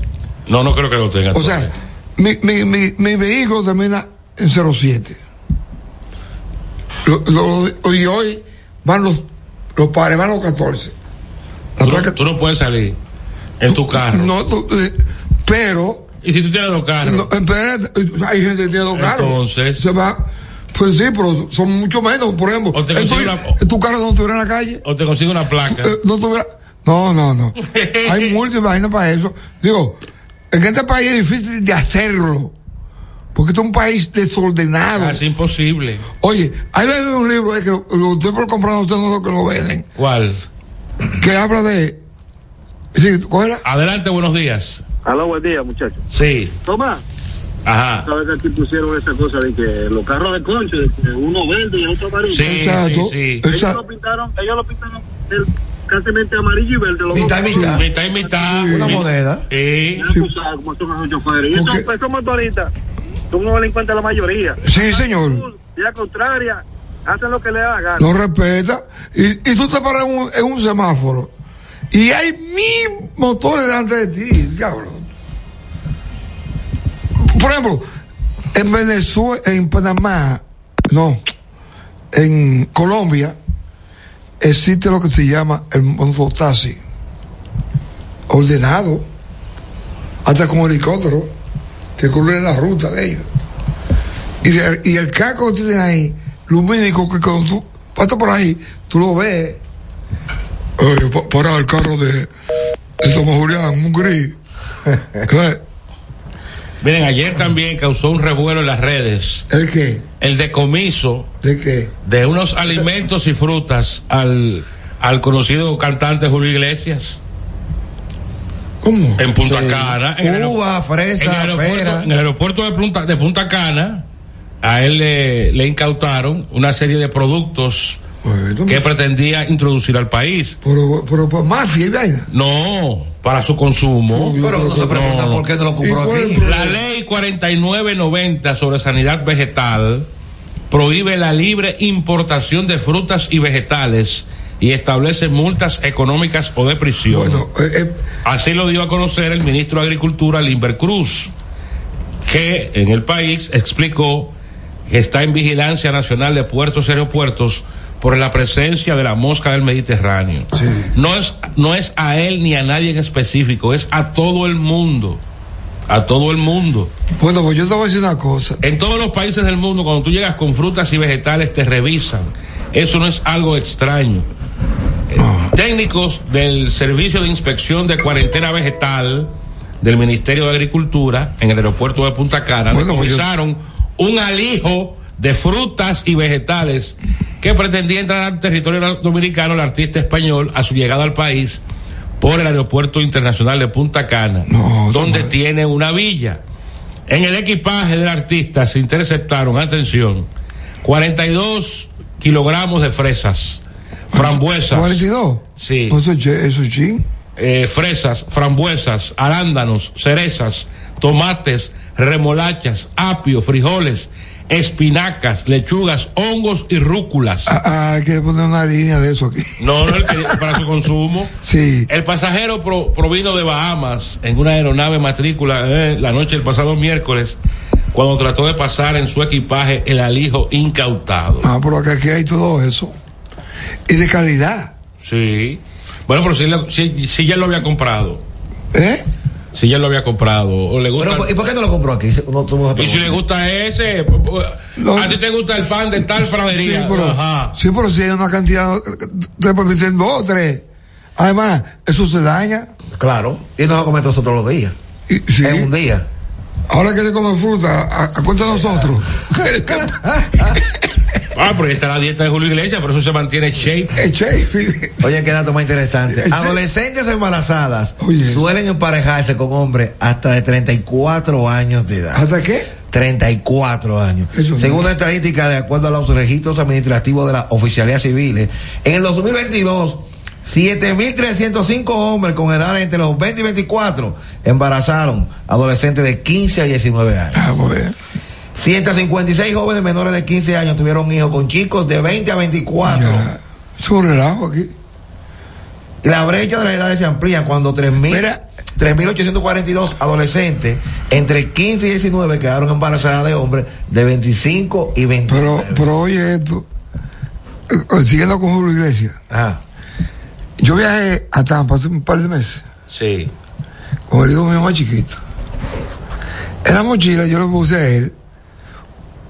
Speaker 6: No, no creo que lo tenga.
Speaker 5: O sea, mi, mi, mi, mi vehículo termina en 07. Lo, lo- y hoy van los, los pares, van los 14.
Speaker 6: tú, no- tú no puedes salir en tu carro.
Speaker 5: No, tú, eh, pero.
Speaker 6: ¿Y si tú tienes dos carros?
Speaker 5: No, espérate, eh, hay gente que tiene dos carros.
Speaker 6: Entonces.
Speaker 5: Se va. Pues sí, pero son mucho menos. Por ejemplo,
Speaker 6: te
Speaker 5: el
Speaker 6: consigue
Speaker 5: tuyo- tu carro no estuviera en la calle.
Speaker 6: O te consigue una placa.
Speaker 5: Eh, no tuviera. No,
Speaker 6: <laughs>
Speaker 5: no, no. hay múltiples vainas para eso. Digo, en este país es difícil de hacerlo. Porque este es un país desordenado.
Speaker 6: Es imposible.
Speaker 5: Oye, hay un libro eh, que lo, lo estoy por comprar, no sé lo que lo venden.
Speaker 6: ¿Cuál?
Speaker 5: Que habla de. Sí, ¿cuál era?
Speaker 6: Adelante, buenos días.
Speaker 7: Aló, buen día, muchachos.
Speaker 6: Sí.
Speaker 7: Tomás.
Speaker 6: Ajá.
Speaker 7: Sabes que aquí pusieron esa cosa de que los carros de concho, de que uno verde y el otro amarillo.
Speaker 6: Sí, Exacto. sí, sí.
Speaker 7: Ellos
Speaker 6: Exacto.
Speaker 7: lo pintaron, ellos lo pintaron el, casi amarillo y verde. Los
Speaker 4: Mitad
Speaker 7: dos.
Speaker 4: y mitad.
Speaker 6: Mitad y mitad.
Speaker 4: Una moneda.
Speaker 6: Sí.
Speaker 7: Ya tú sabes cómo son esos choferes. Y esos, esos motoristas son unos delincuentes la mayoría.
Speaker 5: Sí, señor.
Speaker 7: Y la contraria, hacen lo que le hagan.
Speaker 5: lo respeta y, y tú te paras en un, en un semáforo y hay mil motores delante de ti, diablo. Por ejemplo, en Venezuela, en Panamá, no, en Colombia existe lo que se llama el mototaxi ordenado, hasta con helicóptero que cubre la ruta de ellos. Y, de- y el caco que tienen ahí, lumínico, que cuando tú pasas por ahí, tú lo ves. Oye, pa- para el carro de, de Tomás Julián, un gris. Eh,
Speaker 6: Miren, ayer también causó un revuelo en las redes.
Speaker 5: ¿El qué?
Speaker 6: El decomiso
Speaker 5: ¿De qué?
Speaker 6: de unos alimentos y frutas al, al conocido cantante Julio Iglesias.
Speaker 5: ¿Cómo?
Speaker 6: En Punta
Speaker 4: Sí.
Speaker 6: Cana.
Speaker 4: Uva, fresa,
Speaker 6: en el aeropuerto,
Speaker 4: pera.
Speaker 6: En el aeropuerto de Punta, de Punta Cana, a él le, le incautaron una serie de productos que pretendía introducir al país.
Speaker 5: Pues, Pero, pero pues, por mafia y vaina.
Speaker 6: No, para su consumo.
Speaker 4: Pero uno se pregunta por qué no lo compró aquí.
Speaker 6: La ley 4990 sobre sanidad vegetal prohíbe la libre importación de frutas y vegetales y establece multas económicas o de prisión.
Speaker 4: eh,
Speaker 6: Así lo dio a conocer el ministro de Agricultura, Limber Cruz, que en el país explicó que está en vigilancia nacional de puertos y aeropuertos por la presencia de la mosca del Mediterráneo. No, es, no es a él ni a nadie en específico, es a todo el mundo a todo el mundo.
Speaker 5: Bueno, pues yo te voy a decir una cosa.
Speaker 6: En todos los países del mundo, cuando tú llegas con frutas y vegetales, te revisan. Eso no es algo extraño. Eh, Técnicos del Servicio de Inspección de Cuarentena Vegetal del Ministerio de Agricultura en el aeropuerto de Punta Cana
Speaker 5: pues
Speaker 6: revisaron un alijo de frutas y vegetales que pretendía entrar al territorio dominicano el artista español a su llegada al país por el aeropuerto internacional de Punta Cana, donde tiene una villa. En el equipaje del artista se interceptaron, atención, 42 kilogramos de fresas, frambuesas.
Speaker 5: 42.
Speaker 6: Sí.
Speaker 5: Pues eso, es ye- eso es chin.
Speaker 6: eh, fresas, frambuesas, arándanos, cerezas, tomates, remolachas, apio, frijoles, espinacas, lechugas, hongos y rúculas.
Speaker 5: Ah, hay que poner una línea de eso aquí.
Speaker 6: No, no, el que- para su consumo.
Speaker 5: Sí.
Speaker 6: El pasajero pro- provino de Bahamas en una aeronave matrícula eh, la noche del pasado miércoles cuando trató de pasar en su equipaje el alijo incautado.
Speaker 5: Ah, pero que aquí hay todo eso. Y de calidad.
Speaker 6: Sí. Bueno, pero si, la- si- si ya lo había comprado.
Speaker 5: ¿Eh?
Speaker 6: Si ya lo había comprado. O le gusta...
Speaker 4: ¿Y por qué no lo compró aquí? No, tú me vas a
Speaker 6: Y si
Speaker 4: preguntar.
Speaker 6: le gusta ese, pues, pues, a ti te gusta el pan de tal
Speaker 5: Sí,
Speaker 6: franería.
Speaker 5: pero,
Speaker 6: Ajá.
Speaker 5: sí, pero si hay una cantidad, te permiten dos o tres. Además, eso se daña.
Speaker 4: Claro. Y no lo comemos nosotros los días.
Speaker 5: En un
Speaker 4: día.
Speaker 5: Ahora quiere comer fruta, a, a cuenta de nosotros.
Speaker 6: Ah, pero ahí está la dieta de Julio Iglesias, por eso se mantiene shape.
Speaker 4: Oye, qué dato más interesante.
Speaker 6: Sí.
Speaker 4: Adolescentes embarazadas suelen emparejarse con hombres hasta de 34 años de edad.
Speaker 5: ¿Hasta qué?
Speaker 4: 34 años.
Speaker 5: Eso es
Speaker 4: Según
Speaker 5: mucho.
Speaker 4: la estadística, de acuerdo a los registros administrativos de las oficialías civiles, en el 2022, 7.305 hombres con edad entre los 20 y 24 embarazaron adolescentes de 15 a 19 años.
Speaker 5: Ah,
Speaker 4: 156 jóvenes menores de 15 años tuvieron hijos con chicos de 20 a 24.
Speaker 5: Es un relajo aquí.
Speaker 4: La brecha de las edades se amplía cuando 3.000 3.842 adolescentes entre 15 y 19 quedaron embarazadas de hombres de 25 y 20.
Speaker 5: Pero, pero oye esto, eh, siguiendo con Julio Iglesias. Yo viajé a Tampa hace un par de meses.
Speaker 6: Sí.
Speaker 5: Como el hijo mío más chiquito. En la mochila yo le puse a él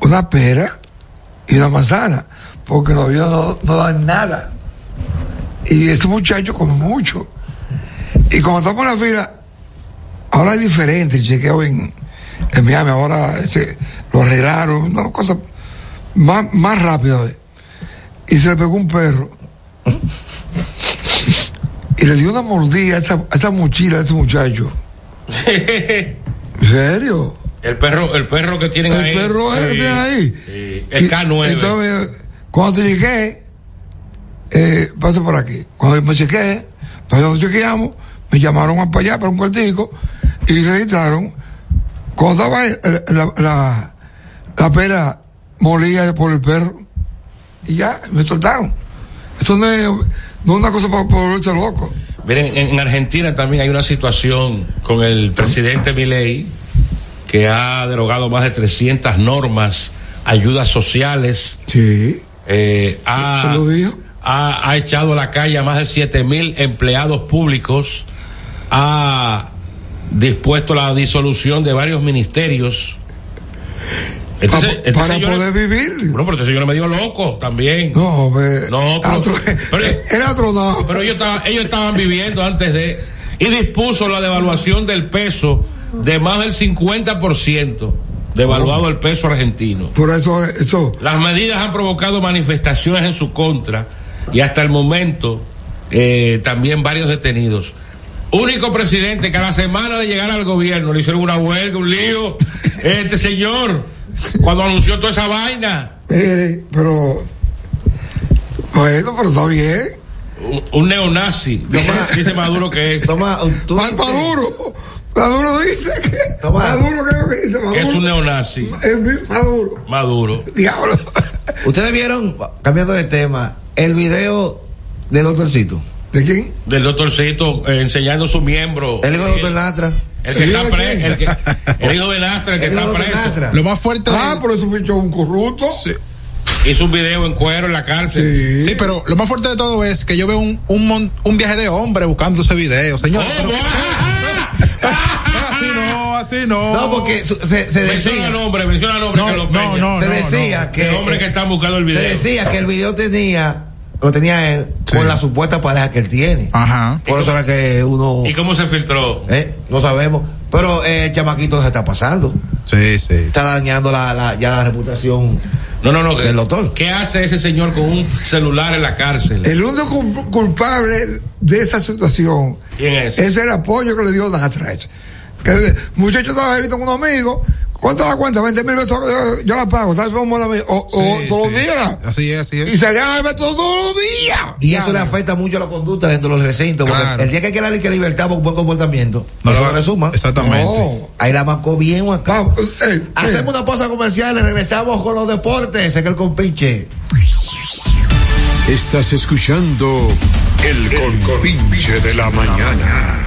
Speaker 5: una pera y una manzana, porque no había no, no dan nada. Y ese muchacho come mucho. Y cuando estamos en la fila, ahora es diferente el chequeo en, en Miami, ahora ese- lo arreglaron, una cosa más, más rápida. ¿eh? Y se le pegó un perro. Y le dio una mordida a esa, a esa mochila a ese muchacho.
Speaker 6: <laughs>
Speaker 5: ¿En serio?
Speaker 6: el perro, el perro que tienen
Speaker 5: El
Speaker 6: ahí.
Speaker 5: perro es el que tienen ahí.
Speaker 6: sí. El
Speaker 5: Y-
Speaker 6: K9.
Speaker 5: Entonces, cuando llegué, eh, pasé por aquí. Cuando me chequé, cuando nos chequeamos, me llamaron a para allá, para un cuartico, y registraron. Cuando estaba ahí, eh, la, la, la pera molía por el perro, y ya, me soltaron. Eso no es, no es una cosa para, para volverse loco.
Speaker 6: Miren, en en Argentina también hay una situación con el presidente Milei que ha derogado más de 300 normas, ayudas sociales. Eh,
Speaker 5: Sí.
Speaker 6: ha, ha- ha echado a la calle a más de 7 mil empleados públicos. Ha dispuesto la disolución de varios ministerios.
Speaker 5: Pa- para poder vivir.
Speaker 6: Bueno, pero este señor me dio loco también.
Speaker 5: No, ve-
Speaker 6: No, pero, pero-
Speaker 5: era otro no.
Speaker 6: Pero ellos estaban, ellos estaban viviendo antes de. Y dispuso la devaluación del peso de más del 50%, devaluado el peso argentino.
Speaker 5: Por eso, eso,
Speaker 6: Las medidas han provocado manifestaciones en su contra y hasta el momento eh, también varios detenidos. Único presidente que a la semana de llegar al gobierno le hicieron una huelga, un lío. Este señor, cuando anunció toda esa vaina.
Speaker 5: eh, pero, bueno, pero está bien.
Speaker 6: Un, un neonazi. Dice, dice Maduro que es.
Speaker 5: Más Maduro. Maduro dice que. Maduro creo que dice Maduro.
Speaker 6: que es un neonazi.
Speaker 5: Es Maduro.
Speaker 6: Maduro.
Speaker 5: Diablo.
Speaker 4: Ustedes vieron, cambiando de tema, el video del doctorcito.
Speaker 5: ¿De quién?
Speaker 6: Del doctorcito eh, enseñando su miembro. Eh,
Speaker 4: El hijo de doctor Latra.
Speaker 6: El que
Speaker 4: ¿El
Speaker 6: está
Speaker 4: hijo de quién?
Speaker 6: preso. El, <laughs> que- el hijo de Lastra, el que está preso.
Speaker 3: Lo más fuerte.
Speaker 5: Ah, pero ese bicho es un corrupto.
Speaker 6: Hizo un video en cuero en la cárcel.
Speaker 3: Sí, pero lo más fuerte de todo es que yo veo un, un,
Speaker 6: Oh,
Speaker 3: mon- un viaje de hombre buscando ese video, señor. Pero-
Speaker 6: Así
Speaker 3: no, <laughs> así no.
Speaker 4: No, porque su- se, se
Speaker 6: Menciona
Speaker 4: decía.
Speaker 6: nombre, menciona nombre, que lo peña.
Speaker 4: se decía que.
Speaker 6: El hombre que está buscando el video.
Speaker 4: Se decía que el video tenía. Lo tenía él con la supuesta pareja que él tiene.
Speaker 3: Ajá.
Speaker 4: Por eso era que uno.
Speaker 6: ¿Y cómo se filtró?
Speaker 4: Eh, no sabemos. Pero eh, el chamaquito se está pasando.
Speaker 3: Sí, sí.
Speaker 4: Está dañando la, la- ya la reputación
Speaker 6: no, no, no,
Speaker 4: del doctor.
Speaker 6: ¿Qué hace ese señor con un celular en la cárcel?
Speaker 5: El único cul- culpable de esa situación
Speaker 6: ¿Quién es?
Speaker 5: es el apoyo que le dio Natrach. Que el muchacho estaba ahí con un amigo. ¿Cuánto la cuenta? 20 mil pesos. Yo, yo la pago. ¿sabes cómo la ve? O, o todos los días.
Speaker 3: Así es, así
Speaker 5: Y se le haga todos los días.
Speaker 4: Y eso le afecta mucho a la conducta dentro de los recintos.
Speaker 3: Claro.
Speaker 4: Porque el día que hay que darle que libertad por buen comportamiento, no
Speaker 3: No se
Speaker 4: se
Speaker 3: va-
Speaker 4: lo resuma.
Speaker 3: exactamente.
Speaker 4: No, ahí la marcó bien o acá.
Speaker 5: Ah, eh,
Speaker 4: Hacemos una pausa comercial y regresamos con los deportes. En el compinche.
Speaker 1: Estás escuchando El Compinche de la Mañana.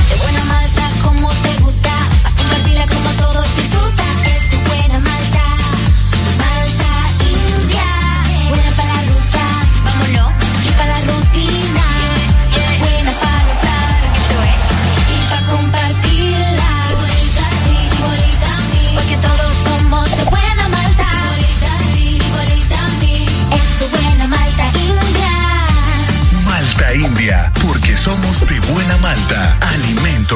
Speaker 8: buena malta como te gusta, pa' compartirla como todos disfrutan. Es tu buena malta, malta india. Buena para la ruta, vámonos. Y para la rutina, buena para notar. Eso es. Y para compartirla, igualita a ti, igualita a mí. Porque todos somos de buena malta. Igualita a ti, igualita a mí. Es tu buena malta india.
Speaker 9: Malta India, porque somos de buena malta, alimento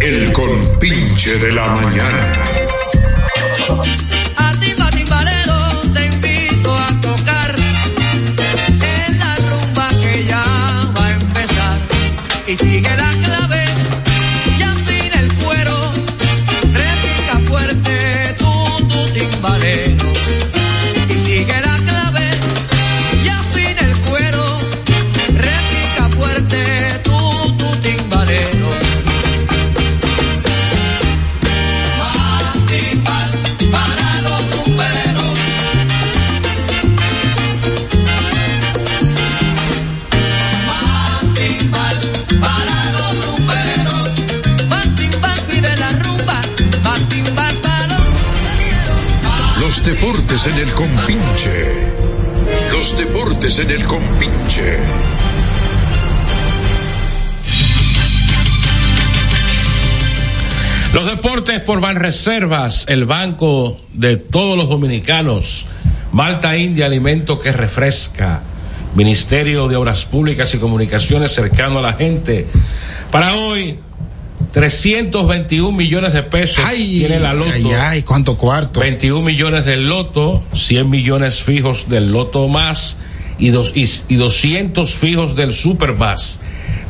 Speaker 1: El Compinche de la Mañana.
Speaker 10: A ti, timbalero, te invito a tocar en la rumba que ya va a empezar. Y sigue la clave, ya afina el cuero, repica fuerte tu, tu timbalero. Y sigue la clave, ya afina el cuero, repica fuerte tu, tu timbalero. Más timbal para los rumberos. Más timbal para los rumberos. Más timbal pide la rumba, más timbal para los
Speaker 1: Los deportes en el Compinche. Los deportes en el Compinche.
Speaker 6: Los deportes por Banreservas, el banco de todos los dominicanos. Malta India, alimento que refresca. Ministerio de Obras Públicas y Comunicaciones cercano a la gente. Para hoy, 321 millones de pesos tiene la loto.
Speaker 3: Ay, ay, cuánto cuarto.
Speaker 6: 21 millones del loto, 100 millones fijos del loto más y, dos, y, y 200 fijos del super más.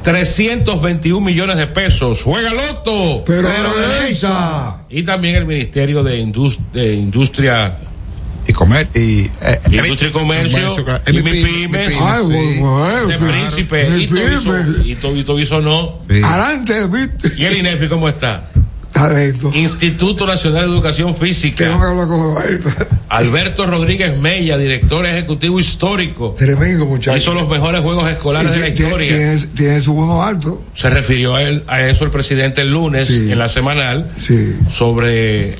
Speaker 6: 321 millones de pesos. Juega Loto.
Speaker 5: Pero regresa.
Speaker 6: Y también el Ministerio de, Indust- de Industria.
Speaker 3: Y comer y, eh,
Speaker 6: Industria y Comercio,
Speaker 3: Comercio,
Speaker 6: y
Speaker 3: eh,
Speaker 6: mi
Speaker 3: MIPIMES,
Speaker 6: pymes,
Speaker 5: Ay, bueno,
Speaker 6: ese
Speaker 5: claro.
Speaker 6: príncipe,
Speaker 5: Mi
Speaker 6: y todo hizo-
Speaker 5: pymes.
Speaker 6: y todo- y todo hizo no.
Speaker 5: Adelante, ¿viste?
Speaker 6: ¿Y el INEFI cómo está?
Speaker 5: Correcto.
Speaker 6: Instituto Nacional de Educación Física.
Speaker 5: Tengo que hablar con Roberto.
Speaker 6: Alberto Rodríguez Mella, director ejecutivo histórico.
Speaker 5: Tremendo, muchacho.
Speaker 6: Hizo los mejores juegos escolares de la
Speaker 5: Y tiene-
Speaker 6: historia.
Speaker 5: Tiene, tiene su bono alto.
Speaker 6: Se refirió a, él- a eso el presidente el lunes en la semanal sobre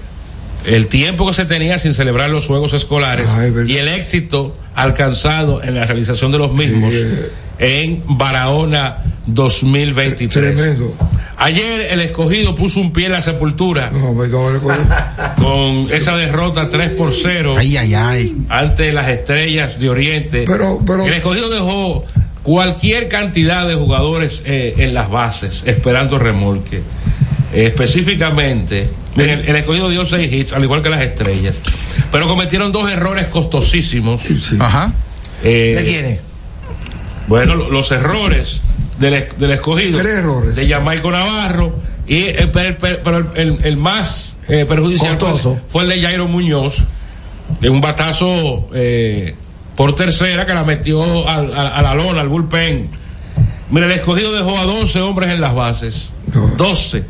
Speaker 6: el tiempo que se tenía sin celebrar los juegos escolares y el éxito alcanzado en la realización de los mismos en Barahona 2023.
Speaker 5: Tremendo.
Speaker 6: Ayer el escogido puso un pie en la sepultura
Speaker 5: No, pues, no, no, no.
Speaker 6: <laughs> con esa derrota 3 por 0
Speaker 3: Ay, ay, ay.
Speaker 6: ante las estrellas de Oriente.
Speaker 5: Pero- pero-
Speaker 6: el escogido dejó cualquier cantidad de jugadores eh, en las bases, esperando remolque. Eh, específicamente,
Speaker 5: Eh.
Speaker 6: miren, el, escogido dio seis hits, al igual que las estrellas. Pero cometieron dos errores costosísimos.
Speaker 3: Ajá.
Speaker 6: Eh,
Speaker 4: ¿Qué tiene?
Speaker 6: bueno, lo- los errores del, es- del escogido.
Speaker 5: Tres errores.
Speaker 6: De Jamaico Navarro. Y eh, per- per- pero el, el- el más eh, perjudicial fue, fue el de Jairo Muñoz. De un batazo eh, por tercera que la metió al- a, a la lona, al bullpen. Mira, el escogido dejó a 12 hombres en las bases. 12.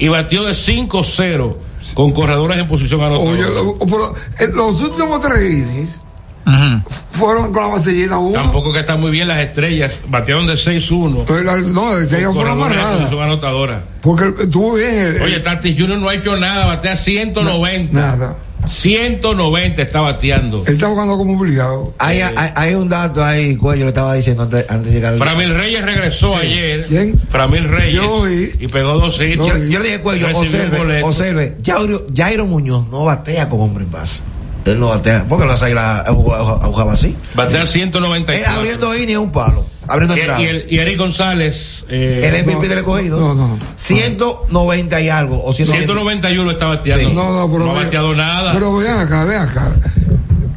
Speaker 6: Y batió de 5-0 con corredores en posición
Speaker 5: Oye,
Speaker 6: anotadora.
Speaker 5: o- o- pero, eh, los últimos tres innings fueron con la base llena uno.
Speaker 6: Tampoco que están muy bien las estrellas. Batearon de 6-1.
Speaker 5: Pero la- no, la estrella
Speaker 6: Con
Speaker 5: fue
Speaker 6: corredores en
Speaker 5: una amarrada.
Speaker 6: posición anotadora.
Speaker 5: Porque estuvo bien. el-
Speaker 6: Oye, Tatis Junior no ha hecho nada, batea 190.
Speaker 5: nada.
Speaker 6: 190 está bateando.
Speaker 5: Él está jugando como obligado.
Speaker 4: Hay, hay, hay un dato ahí, cuello, le estaba diciendo antes, antes de llegar. al-
Speaker 6: Framil Reyes regresó ayer. Framil Reyes.
Speaker 4: Yo oí.
Speaker 6: y pegó dos hits.
Speaker 4: Yo, yo le dije, cuello,
Speaker 6: Recibió un
Speaker 4: observe,
Speaker 6: boleto.
Speaker 4: observe. Jairo, Jairo Muñoz no batea con hombre en base. Él no batea. Porque las águilas eh, jugaba jugaba así.
Speaker 6: Batea 194.
Speaker 4: Él abriendo y es un palo. Abriendo entrada.
Speaker 6: y, y el, y Eric González. eh,
Speaker 4: El MVP del escogido. 190 y algo. O 190.
Speaker 6: 191 está bateando.
Speaker 4: Sí.
Speaker 6: No,
Speaker 4: No, no, pero
Speaker 6: ha
Speaker 4: ve-
Speaker 6: bateado nada.
Speaker 5: Pero vean acá, vean acá.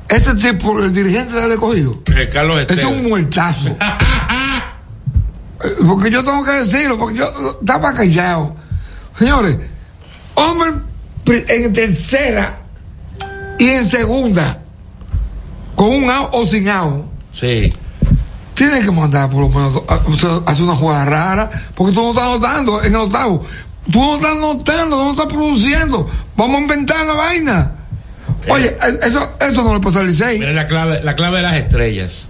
Speaker 5: Ese tipo, el dirigente del escogido,
Speaker 6: Eh, Carlos
Speaker 5: ese es
Speaker 6: Esteves.
Speaker 5: un muertazo. Eh, <laughs> porque yo tengo que decirlo, porque yo estaba callado. Señores, hombre pri- en tercera y en segunda, con un out o sin out,
Speaker 6: Sí.
Speaker 5: tiene que mandar por lo menos a- o sea, hacer una jugada rara, porque tú no estás notando en el octavo. Tú no estás notando, no estás produciendo. Vamos a inventar la vaina. Oye, eh, eso, eso no le pasa al Licey.
Speaker 6: Mira la clave, la clave de las estrellas.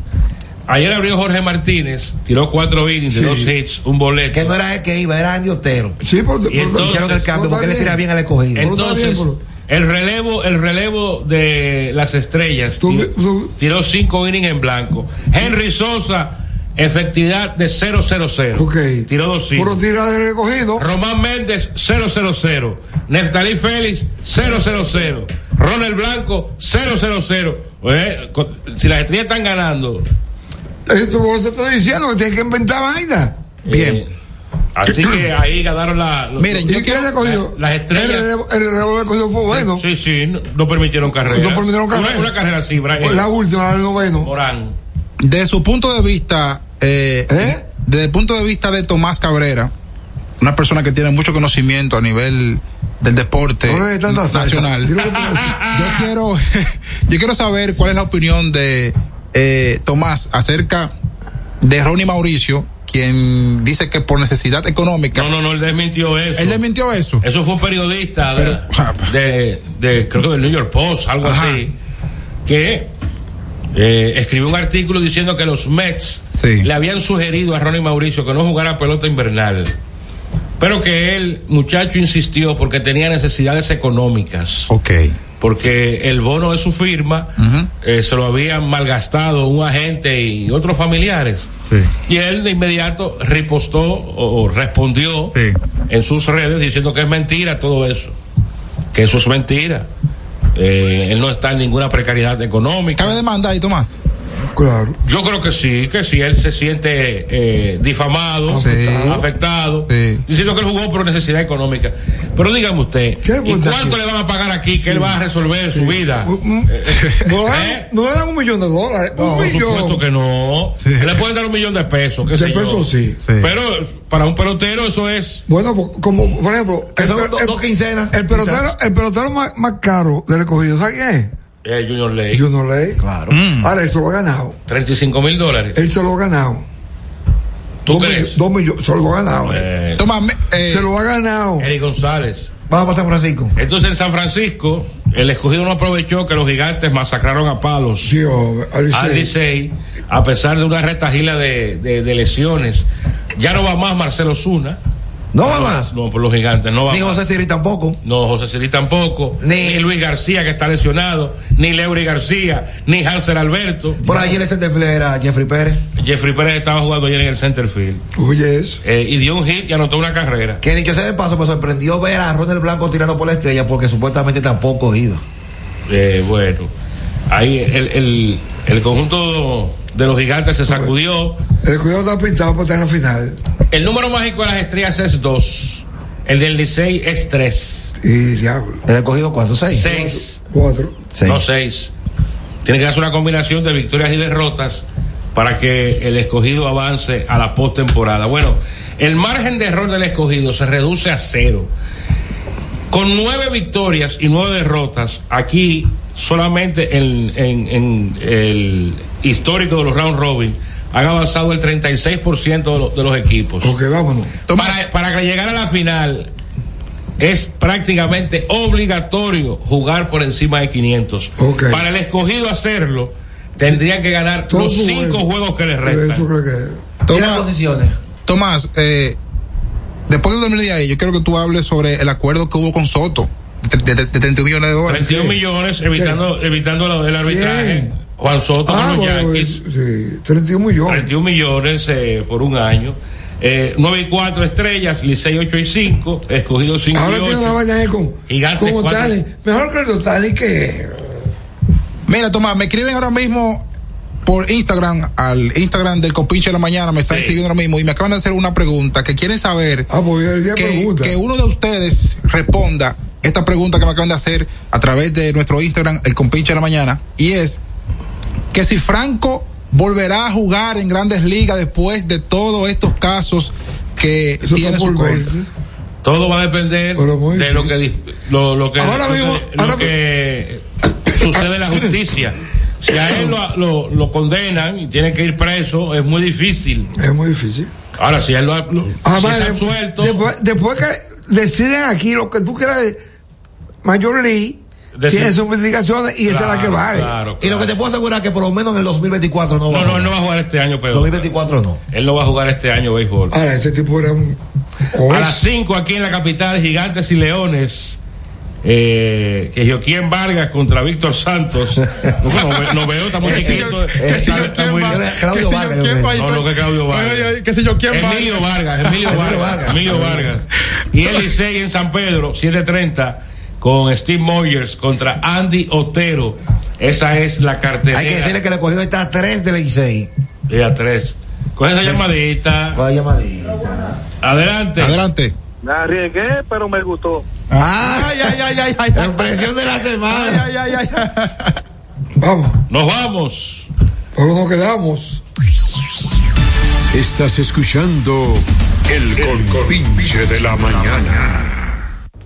Speaker 6: Ayer abrió Jorge Martínez, tiró cuatro innings, de
Speaker 4: Sí.
Speaker 6: dos hits, un boleto.
Speaker 4: Que no era el que iba, era Andy Otero.
Speaker 5: Sí, por,
Speaker 6: Y entonces-
Speaker 4: hicieron el
Speaker 6: no,
Speaker 4: cambio porque
Speaker 6: está
Speaker 4: le tira
Speaker 6: bien.
Speaker 4: bien al escogido.
Speaker 6: Entonces, el relevo, el relevo de las estrellas tiró, tiró cinco innings en blanco. Henry Sosa, efectividad de 0-0-0. Tiró dos innings.
Speaker 5: Puro tira del recogido.
Speaker 6: Román Méndez, 0-0-0. Neftalí Félix, 0-0-0. Ronald Blanco, 0-0-0. Eh, con- Si las estrellas están ganando,
Speaker 5: Eso por eso estoy diciendo que tiene que inventar vaina.
Speaker 3: Bien.
Speaker 6: Eh, así que
Speaker 4: <clears throat>
Speaker 6: ahí ganaron la, los-
Speaker 5: Miren, yo quiero recogido.
Speaker 6: las estrellas.
Speaker 5: El relevo- el relevo del recogido fue bueno.
Speaker 6: Sí, sí, no, no permitieron carrera.
Speaker 3: No permitieron
Speaker 6: Una-
Speaker 3: carrera.
Speaker 6: Una, carrera sí, Brian.
Speaker 5: La última, la del noveno.
Speaker 6: Eh, Morán.
Speaker 3: Desde su punto de vista, eh, desde el punto de vista de Tomás Cabrera, una persona que tiene mucho conocimiento a nivel del deporte
Speaker 5: No le des tanta salsa.
Speaker 3: nacional.
Speaker 5: Dile lo que tú quieras
Speaker 3: <laughs> Yo quiero, yo quiero saber cuál es la opinión de eh, Tomás acerca de Ronnie Mauricio, quien dice que por necesidad económica.
Speaker 6: No, no, no, él desmintió eso.
Speaker 3: Él desmintió eso.
Speaker 6: Eso fue un periodista de- de, de- creo que del New York Post, algo así, que eh, escribió un artículo diciendo que los Mets le habían sugerido a Ronnie Mauricio que no jugara pelota invernal. Pero que él, muchacho, insistió porque tenía necesidades económicas.
Speaker 3: Ok.
Speaker 6: Porque el bono de su firma eh, se lo habían malgastado un agente y otros familiares. Y él de inmediato ripostó o, o respondió en sus redes diciendo que es mentira todo eso. Que eso es mentira. Eh, él no está en ninguna precariedad económica.
Speaker 3: Cabe demandar ahí, Tomás.
Speaker 5: Claro.
Speaker 6: Yo creo que sí, que sí, él se siente eh, difamado,
Speaker 5: Afectado.
Speaker 6: afectado, diciendo que él jugó por necesidad económica. Pero dígame usted, ¿y
Speaker 5: bondad
Speaker 6: cuánto
Speaker 5: que-
Speaker 6: le van a pagar aquí que él va a resolver su vida? <laughs> ¿Eh?
Speaker 5: No le, Uh, dan, no le dan un millón de dólares.
Speaker 6: No,
Speaker 5: un
Speaker 6: por
Speaker 5: millón.
Speaker 6: supuesto que no. Le pueden dar un millón de pesos, qué
Speaker 5: De
Speaker 6: sé yo.
Speaker 5: pesos sí. Sí.
Speaker 6: Pero para un pelotero eso es.
Speaker 5: Bueno, po- como por ejemplo,
Speaker 6: Que son
Speaker 5: pe-
Speaker 6: do- dos quincenas,
Speaker 5: El pelotero,
Speaker 6: quizás.
Speaker 5: el pelotero más, más caro del escogido, ¿sabes quién
Speaker 6: Eh, Junior Ley. Ah,
Speaker 5: es? Junior Ley.
Speaker 6: Claro.
Speaker 5: Ahora él se lo ha ganado.
Speaker 6: 35 mil dólares.
Speaker 5: Él se lo ha ganado.
Speaker 6: ¿Tú
Speaker 5: dos
Speaker 6: crees?
Speaker 5: millo- dos millones, se lo ha ganado.
Speaker 6: Eh,
Speaker 5: se lo ha ganado.
Speaker 6: Eric González.
Speaker 4: Vamos a San Francisco.
Speaker 6: Entonces en San Francisco, el escogido no aprovechó que los gigantes masacraron a palos
Speaker 5: al Licey.
Speaker 6: al Licey, a pesar de una retajila de, de- de lesiones. Ya no va más Marcelo Zuna.
Speaker 4: No va más.
Speaker 6: No, por los gigantes, no va
Speaker 4: Ni
Speaker 6: más.
Speaker 4: José Siri tampoco.
Speaker 6: No, José Siri tampoco. Ni, Luis García, que está lesionado. Ni Leury García. Ni Hanser Alberto.
Speaker 4: Por ahí el center field era Jeffrey Pérez.
Speaker 6: Jeffrey Pérez estaba jugando ayer en el center field.
Speaker 5: Oye, eso.
Speaker 6: Eh, y dio un hit y anotó una carrera.
Speaker 4: Que dicho sea de paso, me sorprendió ver a Ronald Blanco tirando por la estrella porque supuestamente tampoco iba.
Speaker 6: Eh, bueno, ahí el, el- el conjunto de los gigantes se sacudió.
Speaker 5: El cuidado está pintado para estar en la final.
Speaker 6: El número mágico de las estrellas es 2. El del Licey es 3.
Speaker 5: Y diablo.
Speaker 4: ¿El escogido cuánto? ¿Seis?
Speaker 6: 6.
Speaker 5: Cuatro.
Speaker 6: No 6. Tiene que darse una combinación de victorias y derrotas para que el escogido avance a la postemporada. Bueno, el margen de error del escogido se reduce a cero. Con nueve victorias y nueve derrotas, aquí solamente en, en- en el histórico de los round robin han avanzado el 36% de, los- de los equipos.
Speaker 5: Ok, vámonos.
Speaker 6: Para, para que llegara a la final es prácticamente obligatorio jugar por encima de 500.
Speaker 5: Ok.
Speaker 6: Para el escogido hacerlo, tendrían que ganar
Speaker 5: Todo
Speaker 6: los
Speaker 5: su
Speaker 6: cinco
Speaker 5: juego.
Speaker 6: juegos que les restan.
Speaker 5: Eso creo que.
Speaker 4: posiciones.
Speaker 3: Tomás, eh, después del 2010, yo quiero que tú hables sobre el acuerdo que hubo con Soto de, de- de 31 millones de dólares.
Speaker 6: 31 millones evitando, evitando la- el arbitraje. Juan Soto
Speaker 5: Ah,
Speaker 6: con los
Speaker 5: bueno,
Speaker 6: Yankees.
Speaker 5: sí, 31 millones.
Speaker 6: 31 millones eh, por un año. Eh, 9 y 4 estrellas, Licey 8 y 5, escogido 5
Speaker 5: Ahora
Speaker 6: y
Speaker 5: tiene
Speaker 6: 8.
Speaker 5: una vaina ahí con,
Speaker 6: Gigantes
Speaker 5: con
Speaker 6: cuatro.
Speaker 5: Otani. Mejor que el Otani que.
Speaker 3: Mira, Tomás, me escriben ahora mismo por Instagram, al Instagram del Compinche de la Mañana, me están escribiendo ahora mismo y me acaban de hacer una pregunta que quieren saber
Speaker 5: Ah, pues,
Speaker 3: que, que uno de ustedes responda esta pregunta que me acaban de hacer a través de nuestro Instagram, el Compinche de la Mañana, y es que si Franco volverá a jugar en grandes ligas después de todos estos casos que tiene su contra.
Speaker 6: Todo va a depender de lo que, dis- lo, lo que,
Speaker 3: Ahora
Speaker 6: lo que-
Speaker 3: mismo,
Speaker 6: lo que sucede en la justicia. Si a él lo, lo- lo condenan y tiene que ir preso, es muy difícil.
Speaker 5: Es muy difícil.
Speaker 6: Ahora, si él lo, lo- si
Speaker 5: Además,
Speaker 6: se han
Speaker 5: de-
Speaker 6: suelto,
Speaker 5: Ah, Después, después que deciden aquí lo que tú quieras de Eh, Major League,
Speaker 4: Decid-
Speaker 5: tiene sus mitigaciones y esa es la que vale.
Speaker 4: Y lo que te puedo asegurar es que por lo menos en el 2024 no
Speaker 6: no,
Speaker 4: va a
Speaker 6: no, él
Speaker 4: jugar.
Speaker 6: no va a jugar este año, pero
Speaker 4: 2024 no.
Speaker 6: él no va a jugar este año béisbol.
Speaker 5: Ahora, ese tipo era un.
Speaker 4: Pues
Speaker 6: A las 5 aquí en la capital, Gigantes y Leones. Eh, que Joaquín Vargas contra Víctor
Speaker 4: <laughs>
Speaker 6: Santos. no, no veo, está muy chiquito. Está- está muy-
Speaker 4: eh, Claudio Vargas. yo creo.
Speaker 6: No, no, que Claudio Vargas. Emilio Vargas, Emilio Vargas, Emilio Vargas. Y el Licey en San Pedro, 7:30, con Steve Moyers contra Andy Otero. Esa es la cartera.
Speaker 4: Hay que decirle que le cogió esta 3 de Licey.
Speaker 6: Día 3. Con esa llamadita.
Speaker 4: Con la llamadita.
Speaker 6: Adelante.
Speaker 3: Adelante.
Speaker 7: Me arriesgué, pero me gustó.
Speaker 4: Ay, ay, ay, ay, ay. La Ah, impresión de la semana.
Speaker 5: Ay, ay, ay, ay. <laughs> Vamos.
Speaker 6: Nos vamos.
Speaker 5: Pero nos quedamos.
Speaker 1: Estás escuchando el Compinche de la mañana.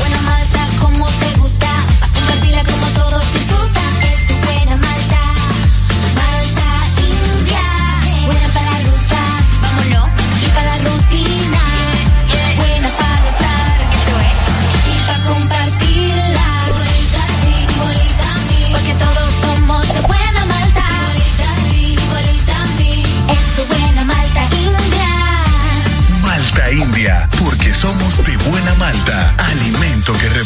Speaker 8: buena malta como te gusta, pa' compartirla como todos disfrutan. Es tu buena malta, malta india.
Speaker 9: Colombia, porque somos de buena malta, alimento que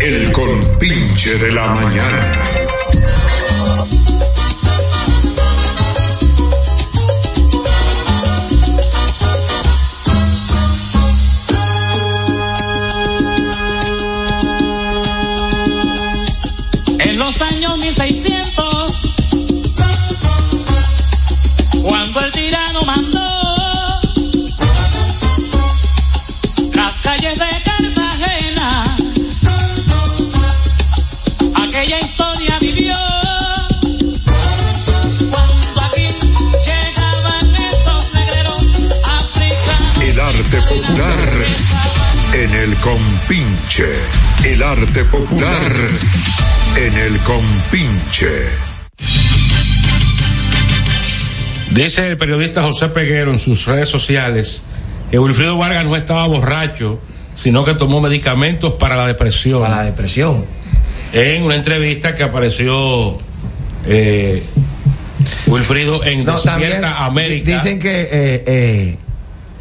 Speaker 1: El compinche de la mañana.
Speaker 10: En los años 1600, cuando el tirano mandó las calles de Cartagena, aquella historia vivió. Cuando aquí llegaban esos negreros africanos.
Speaker 1: El arte popular en el compinche. El arte popular en el compinche.
Speaker 6: Dice el periodista José Peguero en sus redes sociales que Wilfrido Vargas no estaba borracho, sino que tomó medicamentos para la depresión. Para la
Speaker 4: depresión.
Speaker 6: En una entrevista que apareció eh, Wilfrido en
Speaker 4: No, también
Speaker 6: Despierta América.
Speaker 4: Dicen que eh, eh,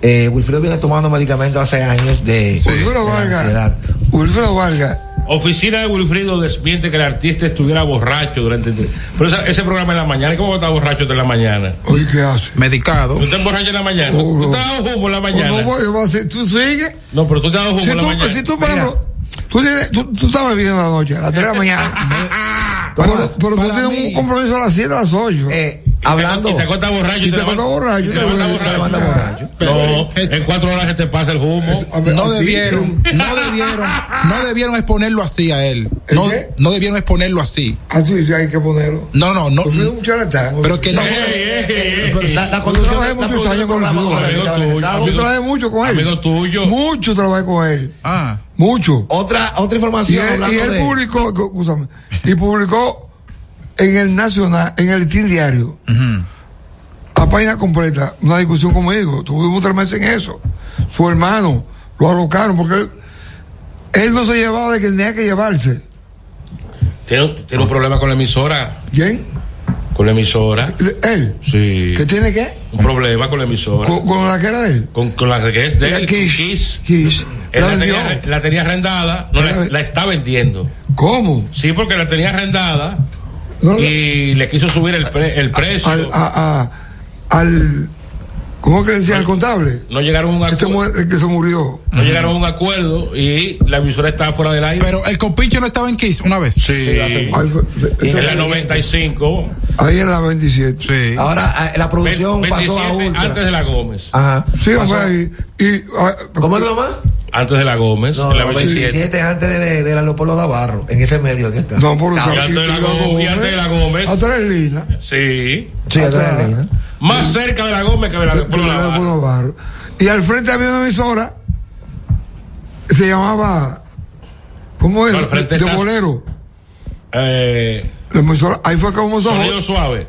Speaker 4: eh, Wilfredo viene tomando medicamentos hace años de,
Speaker 6: Wilfredo
Speaker 4: de
Speaker 6: Vargas.
Speaker 4: ansiedad.
Speaker 5: Wilfredo Vargas.
Speaker 6: Oficina de Wilfrido desmiente que el artista estuviera borracho durante. Pero esa- ese programa en la mañana, ¿cómo está borracho de la mañana?
Speaker 5: Oye, ¿qué hace? Oh,
Speaker 3: Medicado.
Speaker 6: ¿Tú estás borracho en la mañana? ¿Tú te has dado jugo en la mañana?
Speaker 5: No voy, yo voy a hacer- tú sigues.
Speaker 6: No, pero tú te has dado jugo
Speaker 5: Si
Speaker 6: en la
Speaker 5: tú,
Speaker 6: mañana.
Speaker 5: si tú, por
Speaker 6: Mira.
Speaker 5: ejemplo, tú, tienes- tú, tú estás bebiendo en la noche, a las 3 de la mañana. pero pero tú tienes un compromiso a las 7 a las 8.
Speaker 4: hablando-
Speaker 5: Y te
Speaker 6: acuestas borracho.
Speaker 5: Y te acuestas borracho. te
Speaker 6: No, en cuatro horas se te pasa el humo.
Speaker 3: No debieron, no debieron, no debieron exponerlo así a él. No, no debieron exponerlo así.
Speaker 5: Así Ah, sí hay que ponerlo. Pues
Speaker 3: No, no, no.
Speaker 5: Pero
Speaker 3: que no.
Speaker 5: La, yo trabajé muchos años con
Speaker 3: programa
Speaker 5: Wilfredo.
Speaker 3: con
Speaker 5: Vargas. Yo
Speaker 3: el amigo tuyo, amigo-
Speaker 5: trabajé mucho con él.
Speaker 6: Amigo tuyo.
Speaker 5: Mucho trabajé con él.
Speaker 3: Ah.
Speaker 5: Mucho.
Speaker 4: Otra, otra
Speaker 5: Y
Speaker 4: información.
Speaker 5: él,
Speaker 4: hablando
Speaker 5: y él
Speaker 4: de-
Speaker 5: publicó, cu- escúchame, y publicó en el Nacional, en el Team Diario, a página completa, una discusión conmigo. Tuvimos tres meses en eso. Su hermano lo arrocaron porque él, él no se llevaba de que tenía que llevarse.
Speaker 6: Tiene, tiene un problema con la emisora.
Speaker 5: ¿Quién?
Speaker 6: Con la emisora.
Speaker 5: ¿Él?
Speaker 6: Sí.
Speaker 5: ¿Qué tiene qué?
Speaker 6: Un problema con la emisora.
Speaker 5: ¿Con, con la que era de él?
Speaker 6: Con, con la que es de él, con Kiss. Él
Speaker 5: La
Speaker 6: la,
Speaker 5: vendió.
Speaker 6: tenía, la tenía arrendada, no la, la está vendiendo.
Speaker 5: ¿Cómo?
Speaker 6: Sí, porque la tenía arrendada y le quiso subir el, pre- el precio.
Speaker 5: Al, a- a- al, ¿cómo que decía? Al contable.
Speaker 6: no llegaron a un
Speaker 5: Que se, mu- este que se murió.
Speaker 6: No llegaron a un acuerdo y la emisora estaba fuera del aire.
Speaker 3: Pero el compinche no estaba en Kiss una vez.
Speaker 6: Sí.
Speaker 5: Ahí fue- eso
Speaker 6: en la
Speaker 5: fue-
Speaker 6: 95.
Speaker 5: Ahí en la 27. Sí.
Speaker 4: Ahora ah, la producción
Speaker 6: Ve-
Speaker 4: pasó a
Speaker 6: 27
Speaker 4: Ultra.
Speaker 6: Antes de la Gómez.
Speaker 4: Ajá.
Speaker 5: Sí,
Speaker 4: Pasó-
Speaker 5: fue ahí. Y, ah,
Speaker 4: ¿Cómo es lo más?
Speaker 6: Antes de la Gómez.
Speaker 4: No,
Speaker 6: en la
Speaker 4: no,
Speaker 6: 27.
Speaker 4: 27 antes de, de, de la Leopoldo Navarro, en ese medio que está.
Speaker 5: No, por
Speaker 6: Y antes de la Gómez. y antes de la Gómez.
Speaker 5: Atrás de Lina.
Speaker 6: Sí.
Speaker 4: Sí, atrás de Lina.
Speaker 6: Más cerca de la Gómez que de la
Speaker 5: Por
Speaker 6: Gómez.
Speaker 5: la Leopoldo Navarro. Y al frente había una emisora. Se llamaba. ¿Cómo era?
Speaker 6: No, al frente
Speaker 5: de
Speaker 6: está-
Speaker 5: bolero.
Speaker 6: Eh,
Speaker 5: La emisora. Ahí fue que comenzó.
Speaker 6: sonido suave.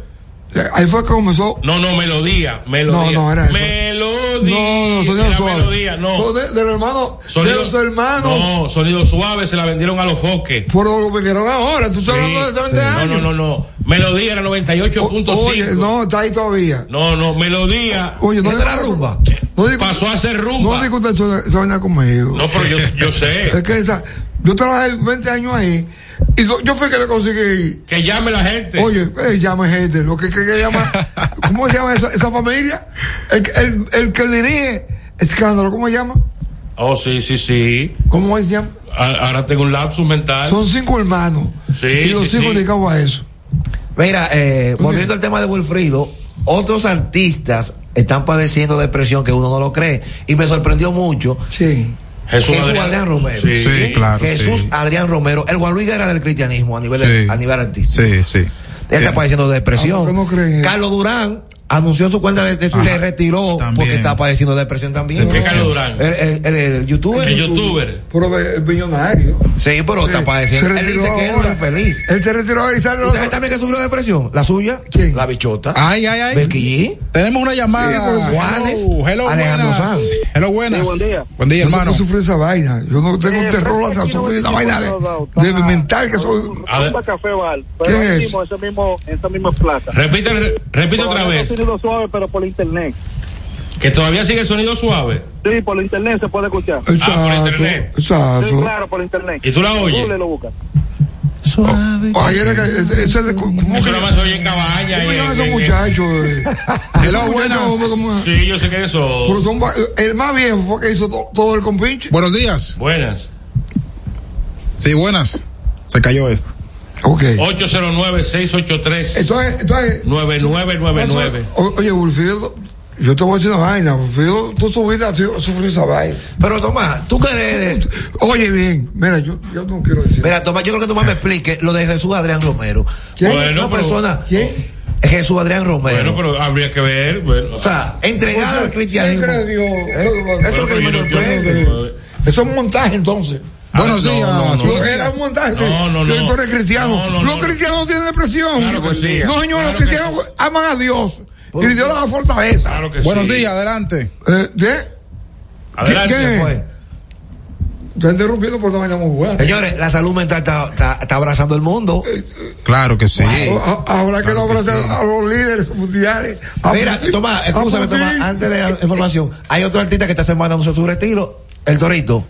Speaker 5: Ahí fue que comenzó.
Speaker 6: No, no, melodía. Melodía.
Speaker 5: No, no, era eso.
Speaker 6: Melodía. melodía.
Speaker 5: No, no, sonido
Speaker 6: la
Speaker 5: suave.
Speaker 6: melodía, no.
Speaker 5: Son de- del hermano,
Speaker 6: Sonido-
Speaker 5: de los hermanos.
Speaker 6: No, sonido suave, se la vendieron a los foques.
Speaker 5: Por lo que quedaron ahora, tú sabes
Speaker 6: Sí,
Speaker 5: hablando de 70
Speaker 6: sí.
Speaker 5: años.
Speaker 6: No, no, no, no. Melodía era 98.5.
Speaker 5: Oye, no, está ahí todavía.
Speaker 6: No, no, melodía.
Speaker 5: Oye, no de la rumba.
Speaker 6: Pasó a ser rumba.
Speaker 5: No discutas esa esa vaina conmigo.
Speaker 6: No, pero yo, yo sé.
Speaker 5: <laughs> Es que esa, yo trabajé 20 años ahí y lo- yo fui que le conseguí.
Speaker 6: Que llame la gente.
Speaker 5: Oye, eh, llame gente. Lo que, que, que
Speaker 6: <laughs>
Speaker 5: llama, ¿Cómo se llama esa, esa familia? El, que- el, el que dirige escándalo, ¿cómo se llama?
Speaker 6: Oh, sí, sí, sí.
Speaker 5: ¿Cómo se llama?
Speaker 6: A- Ahora tengo un lapsus mental.
Speaker 5: Son cinco hermanos.
Speaker 6: Sí,
Speaker 5: y los
Speaker 6: sí,
Speaker 5: cinco
Speaker 6: sí.
Speaker 5: dedicados a eso.
Speaker 4: Mira, eh, volviendo al tema de Wilfrido, otros artistas están padeciendo depresión que uno no lo cree. Y me sorprendió mucho.
Speaker 5: Sí.
Speaker 4: Jesús Adrián, Romero.
Speaker 3: Sí, Sí, claro,
Speaker 4: Jesús
Speaker 3: sí.
Speaker 4: Adrián Romero. El Juan Luis Guerra del cristianismo a nivel, a nivel artístico.
Speaker 3: Sí, sí. Ah,
Speaker 4: Él está padeciendo de depresión. Carlos Durán anunció su cuenta de, de- se retiró porque está padeciendo de depresión también.
Speaker 5: ¿Qué Carlos Durán?
Speaker 4: El, el- el- el youtuber.
Speaker 5: Pero el millonario.
Speaker 4: Sí, pero está padeciendo.
Speaker 5: Se
Speaker 4: Él
Speaker 5: retiró
Speaker 4: dice que él no
Speaker 5: ahora.
Speaker 4: es feliz.
Speaker 5: Él se retiró ahora y sale
Speaker 4: ¿Usted también que sufrió de depresión? ¿La suya? La bichota.
Speaker 3: Ay, ay, ay.
Speaker 4: Becky G.
Speaker 3: Tenemos una llamada.
Speaker 4: Juanes.
Speaker 3: Hello, hello,
Speaker 4: Alejandro
Speaker 3: buenas.
Speaker 4: Sanz.
Speaker 3: Hello, buenas.
Speaker 5: Sí, buen día.
Speaker 3: Buen día,
Speaker 5: Yo
Speaker 3: hermano.
Speaker 5: siempre sufrí esa vaina. Yo no tengo un terror hasta sufrir la vaina de, de mental que soy.
Speaker 7: Rumba Café Bar, pero
Speaker 5: ¿Qué
Speaker 7: ahí
Speaker 5: es?
Speaker 7: mismo, ese mismo, esa misma plaza.
Speaker 6: Repite, re- repite
Speaker 7: Por
Speaker 6: otra
Speaker 7: ahora
Speaker 6: vez.
Speaker 7: no sonido suave, pero por internet.
Speaker 6: Que todavía sigue sonido suave.
Speaker 7: Sí, por internet se puede escuchar.
Speaker 6: Ah, por internet.
Speaker 7: Sí, claro, por internet.
Speaker 6: ¿Y tú la oyes?
Speaker 7: Google lo buscas.
Speaker 5: Suave. Oye, era que- ese- ese de- ¿cómo
Speaker 6: Eso
Speaker 5: se
Speaker 6: nada más se oye en cabaña.
Speaker 5: ¿Cómo
Speaker 6: y en-
Speaker 5: llaman esos
Speaker 6: en-
Speaker 5: muchachos? <laughs> eh? Esos muchachos, hombre, ¿cómo es?
Speaker 6: Sí, yo sé que
Speaker 5: Pero
Speaker 6: eso.
Speaker 5: son va- El más viejo fue que hizo to- todo el compinche.
Speaker 3: Buenos días.
Speaker 6: Buenas.
Speaker 3: Sí, buenas. Se cayó esto.
Speaker 5: Ok.
Speaker 6: 809-683-9999.
Speaker 5: O- Oye, Wilfredo, yo te voy a decir una vaina. Wilfredo, tú su vida su- sufrió esa vaina.
Speaker 4: Pero Tomás, tú querés.
Speaker 5: Oye, bien, mira, yo, yo no quiero decir.
Speaker 4: Mira, Tomás, yo creo que Tomás me explique lo de Jesús Adrián Romero.
Speaker 6: ¿Quién?
Speaker 4: Una
Speaker 6: Bueno, pero-
Speaker 4: persona. Jesús Adrián Romero.
Speaker 6: Bueno, pero habría que ver. Bueno,
Speaker 4: O sea, entregada al cristianismo.
Speaker 5: Pues, ¿Quién cree Dios? Eso es lo que
Speaker 6: pero
Speaker 5: me
Speaker 6: yo no- yo no-
Speaker 5: sorprende. Eso es un montaje, entonces.
Speaker 3: Buenos días. buenos días.
Speaker 5: ah, Era un montaje.
Speaker 3: No, no,
Speaker 5: Yo
Speaker 3: no.
Speaker 5: tú eres cristiano.
Speaker 3: No, no,
Speaker 5: los
Speaker 3: no.
Speaker 5: cristianos no tienen depresión.
Speaker 3: Claro que sí.
Speaker 5: No, señor,
Speaker 3: Claro
Speaker 5: los
Speaker 3: que
Speaker 5: cristianos aman a Dios. Y Dios les da fortaleza.
Speaker 3: Buenos días, adelante.
Speaker 5: Eh, ¿de?
Speaker 4: Adelante,
Speaker 5: ¿Qué?
Speaker 4: pues.
Speaker 5: Está interrumpiendo por una vaina muy buena.
Speaker 4: Señores, la salud mental está, está- está abrazando el mundo.
Speaker 5: Eh,
Speaker 3: Claro que sí.
Speaker 5: A- Ahora que lo abrazan a los líderes mundiales. a
Speaker 4: Mira,
Speaker 5: Putin,
Speaker 4: Tomás,
Speaker 5: a
Speaker 4: escúchame,
Speaker 5: Putin.
Speaker 4: Tomás, antes de la información, hay otro artista que esta semana anunció su retiro, el Torito.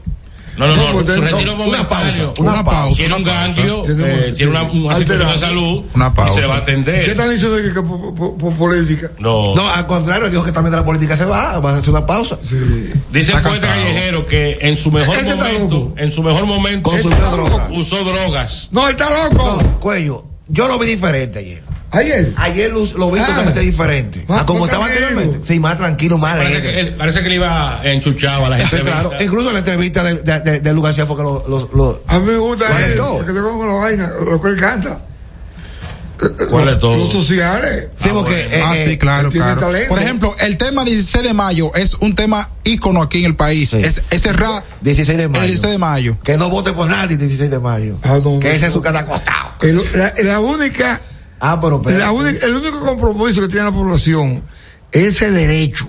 Speaker 6: No, no, no,
Speaker 4: pues,
Speaker 6: su
Speaker 4: no,
Speaker 6: retiro
Speaker 4: una
Speaker 6: momentáneo.
Speaker 4: pausa, una pausa.
Speaker 6: Tiene un
Speaker 5: Ah,
Speaker 6: ganglio,
Speaker 4: Tiene
Speaker 6: eh,
Speaker 4: un-
Speaker 6: tiene una, una situación de
Speaker 4: Alterado.
Speaker 6: salud.
Speaker 4: Una
Speaker 6: Y se
Speaker 4: pausa.
Speaker 6: le va a atender.
Speaker 4: ¿Qué
Speaker 5: están diciendo que, que por, por- por política?
Speaker 6: No.
Speaker 4: No, al contrario, dijo que también de la política se va, va a hacer una pausa.
Speaker 6: Dice el
Speaker 4: Está
Speaker 6: poeta
Speaker 4: cansado.
Speaker 6: callejero que en su mejor
Speaker 4: Ese está
Speaker 6: momento, en su mejor momento,
Speaker 4: Consumió
Speaker 6: Ese-
Speaker 4: droga.
Speaker 6: usó drogas.
Speaker 5: No, está loco.
Speaker 4: cuello, yo lo vi diferente ayer.
Speaker 5: Ayer.
Speaker 4: Ayer Ah, lo, lo vi
Speaker 6: Ah.
Speaker 4: totalmente diferente.
Speaker 6: Más-
Speaker 4: a como
Speaker 6: más
Speaker 4: estaba
Speaker 6: tranquilo.
Speaker 4: anteriormente. Sí, más tranquilo, más
Speaker 6: Parece
Speaker 4: alegre.
Speaker 6: que, él- parece que le iba enchuchado a la
Speaker 4: Eso
Speaker 6: gente.
Speaker 4: es claro. Incluso en la entrevista de, de, de- de Lucas fue que lo, lo- lo-
Speaker 5: A mí me gusta
Speaker 4: ¿Cuál es
Speaker 5: él,
Speaker 4: todo?
Speaker 5: porque te como la vaina, lo que él canta.
Speaker 6: ¿Cuál es todo?
Speaker 5: Los sociales.
Speaker 3: Ah, bueno. Ah, sí, claro,
Speaker 5: tiene
Speaker 3: claro.
Speaker 5: talento.
Speaker 3: Por ejemplo, el tema 16 de mayo es un tema ícono aquí en el país. Es, ese rap
Speaker 4: 16 de mayo.
Speaker 3: El 16 de mayo.
Speaker 4: Que no vote por nadie el 16 de mayo. que ese es su catacostado.
Speaker 5: Ah, El- la, la única.
Speaker 4: Ah, pero
Speaker 5: la única- el único compromiso que tiene la población es el derecho.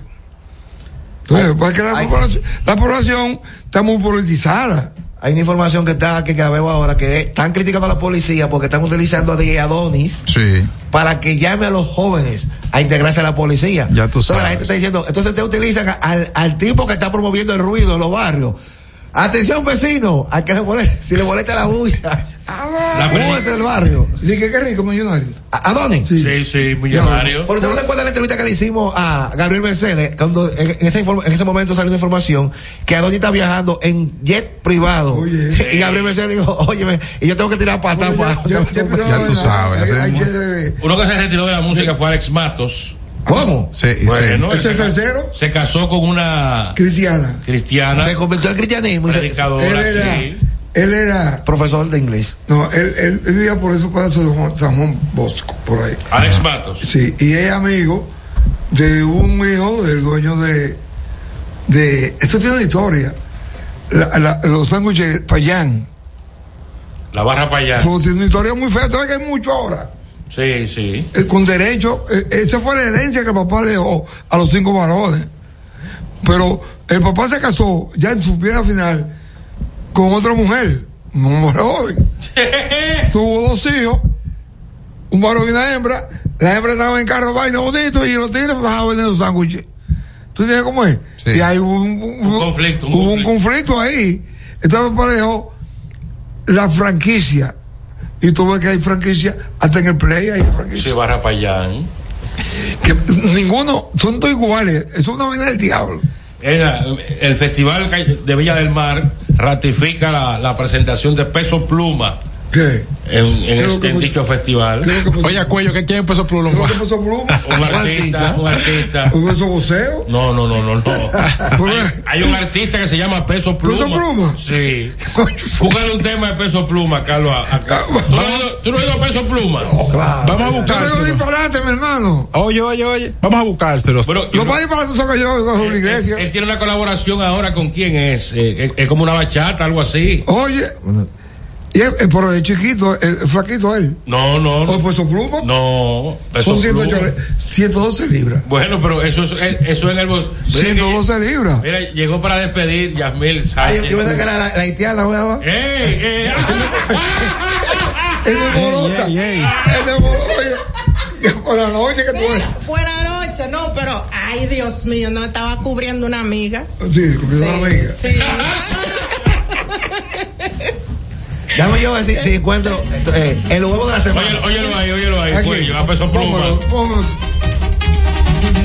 Speaker 5: Entonces, porque la, población, la población está muy politizada.
Speaker 4: Hay una información que está que, que la veo ahora que están criticando a la policía porque están utilizando a DJ Adonis
Speaker 3: Sí.
Speaker 4: para que llame a los jóvenes a integrarse a la policía.
Speaker 3: Ya tú
Speaker 4: Entonces la
Speaker 3: sabes.
Speaker 4: gente está diciendo, entonces te utilizan al, al tipo que está promoviendo el ruido en los barrios. Atención vecino, al que le molesta, si le molesta la bulla,
Speaker 5: la
Speaker 4: bulla del barrio.
Speaker 5: Dije que rico millonario.
Speaker 4: ¿A, Adonis?
Speaker 6: Sí, sí, millonario.
Speaker 4: Pero usted no se acuerda de la entrevista que le hicimos a Gabriel Mercedes, cuando en, en ese, inform- en ese momento salió una información que Adonis está viajando en jet privado. Y Gabriel Mercedes dijo, oye, y yo tengo que tirar patas para.
Speaker 3: Ya tú sabes.
Speaker 6: Uno que se retiró de la música fue Alex Matos.
Speaker 4: ¿Cómo?
Speaker 3: Sí, sí.
Speaker 6: Bueno,
Speaker 5: ¿Ese
Speaker 6: se,
Speaker 5: salsero?
Speaker 6: se casó con una
Speaker 5: Cristiana.
Speaker 6: cristiana.
Speaker 4: Se convirtió al cristianismo.
Speaker 6: Predicadora,
Speaker 5: Él era-
Speaker 6: sí.
Speaker 5: Él era.
Speaker 4: Profesor de inglés.
Speaker 5: No, él, él vivía por esos pedazos de Juan- San Juan Bosco, por ahí.
Speaker 6: Alex Matos.
Speaker 5: Sí, y es amigo de un hijo del dueño de. de eso tiene una historia. La- la- los sándwiches Payán.
Speaker 6: La barra para allá.
Speaker 5: Pero tiene una historia muy fea, todavía que hay mucho ahora.
Speaker 6: Sí, sí.
Speaker 5: Eh, con derecho, eh, esa fue la herencia que el papá le dejó a los cinco varones. Pero el papá se casó ya en su piedra final con otra mujer, un hombre <laughs> joven. Tuvo dos hijos, un varón y una hembra. La hembra estaba en carro, vaina bonito, y los tigres bajaban vendiendo sándwiches. ¿Tú entiendes cómo es? Y hay un, conflicto. hubo un conflicto ahí. Entonces me parejo la franquicia. Y tú ves que hay franquicia hasta en el play, hay franquicia.
Speaker 6: Se barra para allá. ¿eh?
Speaker 5: Que ninguno, son todos iguales. Es una vaina del diablo.
Speaker 6: Era, el Festival de Villa del Mar ratifica la, la presentación de Peso Pluma
Speaker 5: ¿Qué?
Speaker 6: en, en,
Speaker 3: Creo
Speaker 6: es-
Speaker 3: que
Speaker 6: en
Speaker 3: pos-
Speaker 6: dicho festival.
Speaker 3: Oye, Cuello, ¿qué quién empezó Pluma? ¿Qué
Speaker 5: empezó Pluma?
Speaker 6: Un artista, un artista.
Speaker 5: ¿Un beso voceo?
Speaker 6: No, no, no, no,
Speaker 5: <laughs>
Speaker 6: no. hay, hay un artista que se llama Peso Pluma.
Speaker 5: pues, ¿Peso Pluma? <laughs>
Speaker 6: Sí. Búscale un tema de Peso Pluma, Carlos. a- a-
Speaker 5: Ah,
Speaker 6: ¿Tú, no has oído- tú no has oído a Peso Pluma?
Speaker 3: Vamos a
Speaker 5: Yo digo
Speaker 3: buscárselo.
Speaker 5: disparate, mi hermano.
Speaker 3: Oye, oye, oye. Vamos a buscárselos.
Speaker 5: Los más disparates son que yo, con Julio
Speaker 6: Él-
Speaker 5: Iglesias.
Speaker 6: Él, tiene una colaboración ahora con quién es. Eh, es, es como una bachata, algo así.
Speaker 5: Oye, y es, es- pero es chiquito, el, el flaquito él.
Speaker 6: No, no.
Speaker 5: ¿O peso pluma?
Speaker 6: No. Peso
Speaker 5: Son 108
Speaker 6: Pluma.
Speaker 5: le- 112 libras.
Speaker 6: Bueno, pero eso es, es- eso en el bos- Mira que-
Speaker 5: 112 libras.
Speaker 6: Mira, llegó para despedir Yasmil Sánchez.
Speaker 4: Yo pensaba que era la, la haitiana, ¿verdad?
Speaker 6: ¡Ey, ey! ah,
Speaker 5: Es demorosa. Es demorosa. Oye, <laughs> por la noche que tú eres.
Speaker 11: Buenas noches, no, pero ay Dios mío, no estaba cubriendo una amiga.
Speaker 5: Sí, con mi amiga.
Speaker 11: Sí.
Speaker 4: Dame yo a ver si, si encuentro eh, el huevo de la semana.
Speaker 6: Óyelo, óyelo ahí, óyelo ahí,
Speaker 4: Aquí.
Speaker 6: cuello, Ah, pues a peso pluma.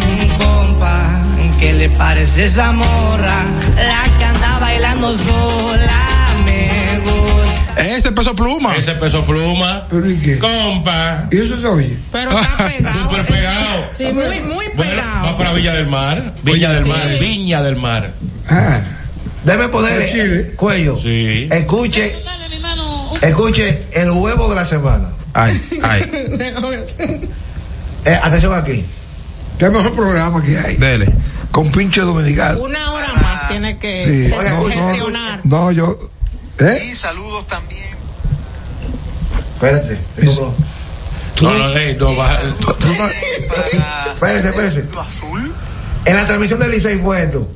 Speaker 10: Un compa que le parece esa morra, la que anda bailando sola, me gusta.
Speaker 3: Ese este peso pluma.
Speaker 6: Ese peso pluma.
Speaker 5: ¿Pero y qué?
Speaker 6: Compa.
Speaker 5: ¿Y eso se oye?
Speaker 11: Pero está pegado.
Speaker 6: Súper pegado.
Speaker 11: Sí, muy, muy
Speaker 6: Bueno,
Speaker 11: pegado.
Speaker 6: va para Villa del Mar. Villa del
Speaker 11: sí.
Speaker 6: Mar. Viña del Mar.
Speaker 4: Debe poder cuello. Escuche. Escuche el huevo de la semana.
Speaker 3: Ay, ay.
Speaker 4: Eh, atención aquí.
Speaker 5: ¿Qué mejor programa que hay?
Speaker 3: Dele.
Speaker 5: Con pinche dominicano.
Speaker 11: Una hora más tiene que
Speaker 5: Sí.
Speaker 11: que
Speaker 5: Oiga, oiga, oiga.
Speaker 11: gestionar.
Speaker 5: No, yo. ¿Eh?
Speaker 12: Y saludos también.
Speaker 4: Espérate. tengo
Speaker 6: No, no, ey, no, baja.
Speaker 4: pro- Espérese, espérese. En la transmisión del Licey fue esto.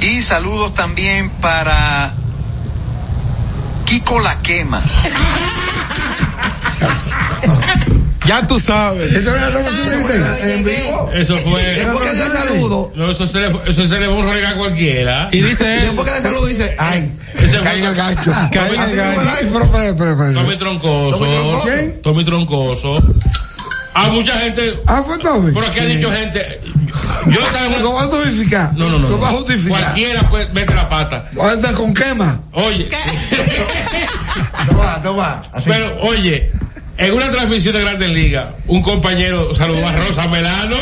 Speaker 12: Y saludos también para Kiko La Quema.
Speaker 3: Ya tú sabes.
Speaker 4: Ah, En vivo.
Speaker 6: Eso fue.
Speaker 4: Después que le da saludo.
Speaker 6: No, eso se le, eso se le va un regalo a cualquiera.
Speaker 3: Y dice él.
Speaker 4: Después que le da saludo dice, ay,
Speaker 6: Ese
Speaker 4: caí en el gancho.
Speaker 3: Caí en el
Speaker 4: Así
Speaker 3: gancho.
Speaker 4: como
Speaker 5: Ay, pero espera, espera, espera.
Speaker 6: Tommy Troncoso.
Speaker 4: Tommy Troncoso.
Speaker 6: ¿Quién? Tommy Troncoso. A mucha gente.
Speaker 5: Ah, fue Tommy.
Speaker 6: Pero aquí ha dicho gente. Yo estaba en
Speaker 5: Lo
Speaker 6: una-
Speaker 5: va a justificar.
Speaker 6: No, no, no.
Speaker 5: Lo va a
Speaker 6: no.
Speaker 5: justificar.
Speaker 6: Cualquiera puede mete la pata.
Speaker 5: Anda con
Speaker 6: <laughs>
Speaker 5: quema.
Speaker 6: Oye.
Speaker 5: <laughs>
Speaker 4: Toma, toma. Así.
Speaker 6: Pero, oye. En una transmisión de Grandes Ligas, un compañero saludó a Rosa Melano.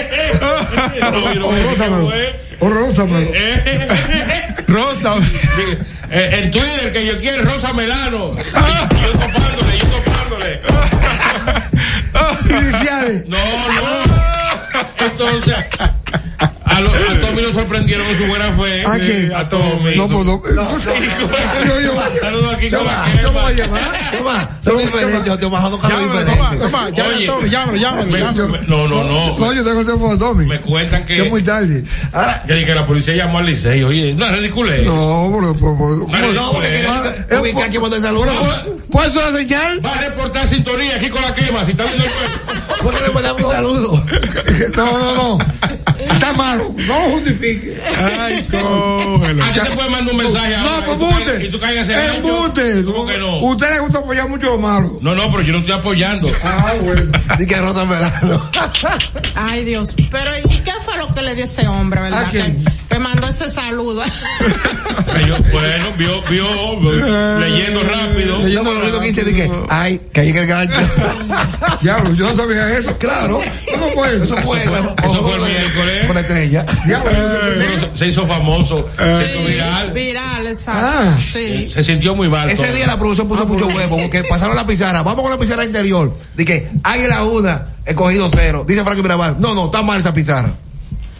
Speaker 6: No, no, no, <laughs>
Speaker 5: Horrózamelo.
Speaker 6: eh.
Speaker 5: Horrózamelo.
Speaker 6: Eh.
Speaker 3: Rosa.
Speaker 6: Sí, eh, en Twitter que yo quiero Rosa
Speaker 5: <laughs>
Speaker 6: Melano. Y yo topándole, yo topándole.
Speaker 5: Iniciales.
Speaker 6: No, no. Entonces, a, lo- a Tommy lo sorprendieron con su buena fe. eh,
Speaker 5: ¿A quién?
Speaker 6: A Tommy.
Speaker 5: No,
Speaker 6: <laughs>
Speaker 5: pues no. no, no. Yo, yo,
Speaker 6: Saludos aquí con la
Speaker 4: Toma,
Speaker 6: jefa.
Speaker 4: toma, toma.
Speaker 6: <laughs>
Speaker 4: Son diferentes. Yo te voy a bajar dos carros
Speaker 3: Llámalo, toma,
Speaker 4: diferentes.
Speaker 3: toma.
Speaker 6: Oye.
Speaker 3: Llámalo, llámalo, llámalo.
Speaker 6: Me-
Speaker 3: llámalo.
Speaker 6: me- No, no, no.
Speaker 5: No, yo tengo el teléfono de Tommy.
Speaker 6: Me cuentan
Speaker 5: Que es muy
Speaker 6: que.
Speaker 5: tarde.
Speaker 4: Ahora,
Speaker 6: Yo dije que la policía llamó al liceo. Oye, no es ridículo.
Speaker 5: No, pero. pero- pero-
Speaker 4: no, porque quería
Speaker 6: eh,
Speaker 4: ubicar aquí cuando el saludo.
Speaker 5: ¿Cuál es la señal?
Speaker 6: Va a reportar sintonía aquí con la quema. Si está viendo el
Speaker 4: Porque le mandamos un saludo.
Speaker 5: <laughs> No, no, no. Está malo. No lo justifique. <laughs>
Speaker 3: Ay, cógelo.
Speaker 6: A ti te puede mandar un mensaje
Speaker 5: No,
Speaker 6: ahora y
Speaker 5: pues
Speaker 6: tú
Speaker 5: embute.
Speaker 6: caes- y tú caes en ese gancho.
Speaker 5: Embute.
Speaker 6: ¿Cómo que no?
Speaker 5: Usted le gusta apoyar mucho lo malo.
Speaker 6: No, no, pero yo no estoy
Speaker 4: <laughs>
Speaker 6: apoyando.
Speaker 5: Ah, bueno.
Speaker 4: Dice que Rosa Melano.
Speaker 11: Ay Dios, pero ¿y qué fue lo que le dio ese hombre, verdad?
Speaker 5: ¿A
Speaker 11: Que
Speaker 5: quién?
Speaker 11: me mandó ese saludo.
Speaker 6: Que yo- bueno, vio, vio, leyendo rápido.
Speaker 4: Yo me lo único que hice dije, ay, caí en el gancho.
Speaker 5: Diablo, yo no sabía eso.
Speaker 4: Claro.
Speaker 5: ¿Cómo fue eso?
Speaker 4: Eso fue, bueno,
Speaker 6: Eso fue el
Speaker 4: ojo,
Speaker 6: miércoles.
Speaker 4: Por estrella.
Speaker 5: Diablo, ¿sí?
Speaker 6: Pero Eh, Se hizo famoso, se hizo viral.
Speaker 11: <laughs> Viral, exacto.
Speaker 5: Ah.
Speaker 11: sí.
Speaker 6: Se sintió muy mal.
Speaker 4: Ese
Speaker 6: todo.
Speaker 4: día la producción
Speaker 6: Ah,
Speaker 4: puso mucho
Speaker 6: pues.
Speaker 4: huevo porque pasaron la pizarra. Vamos con la pizarra interior. Dije, águila una, he cogido cero. Dice Frankie Mirabal, no, no, está mal esa pizarra.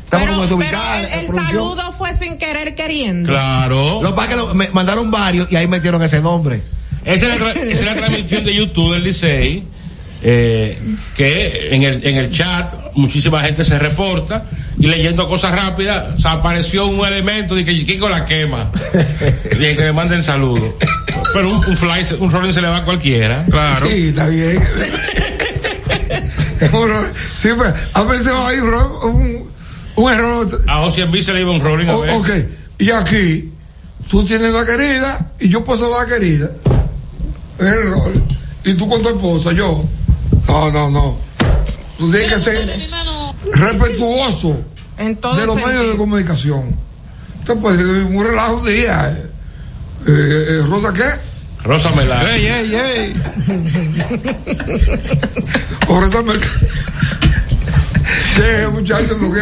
Speaker 4: Estamos
Speaker 11: Pero,
Speaker 4: como
Speaker 11: pero
Speaker 4: desubicados.
Speaker 11: el,
Speaker 4: la
Speaker 11: el
Speaker 4: producción.
Speaker 11: saludo fue sin querer queriendo.
Speaker 6: Claro.
Speaker 4: Lo que pasa es que lo- me mandaron varios y ahí metieron ese nombre.
Speaker 6: Esa es la, tra- esa es la transmisión de YouTube del Licey. eh, que en el, en el chat muchísima gente se reporta y leyendo cosas rápidas se apareció un elemento de que Kiko la
Speaker 4: <laughs>
Speaker 6: quema y que le manden saludos. Pero un, un fly, se- un rolling se le va a cualquiera. Claro.
Speaker 5: Sí,
Speaker 6: <laughs>
Speaker 5: está bien. Uno- sí, pues, a veces hay un, ro- un, un error.
Speaker 6: A Ocean B se le iba un rolling a
Speaker 5: O-
Speaker 6: veces.
Speaker 5: ok, y aquí tú tienes la querida y yo puedo la querida. Es el error. Y tú con tu esposa, yo. No, no, no. Tú tienes que ser respetuoso
Speaker 11: En todo
Speaker 5: de los
Speaker 11: sentido.
Speaker 5: medios de comunicación. Usted puede decir, un relajo un día. eh, eh, eh, ¿Rosa qué?
Speaker 6: Rosa Melar.
Speaker 5: Ey, ey, ey. <laughs> o Rosa Melar. Sí, muchachos, porque.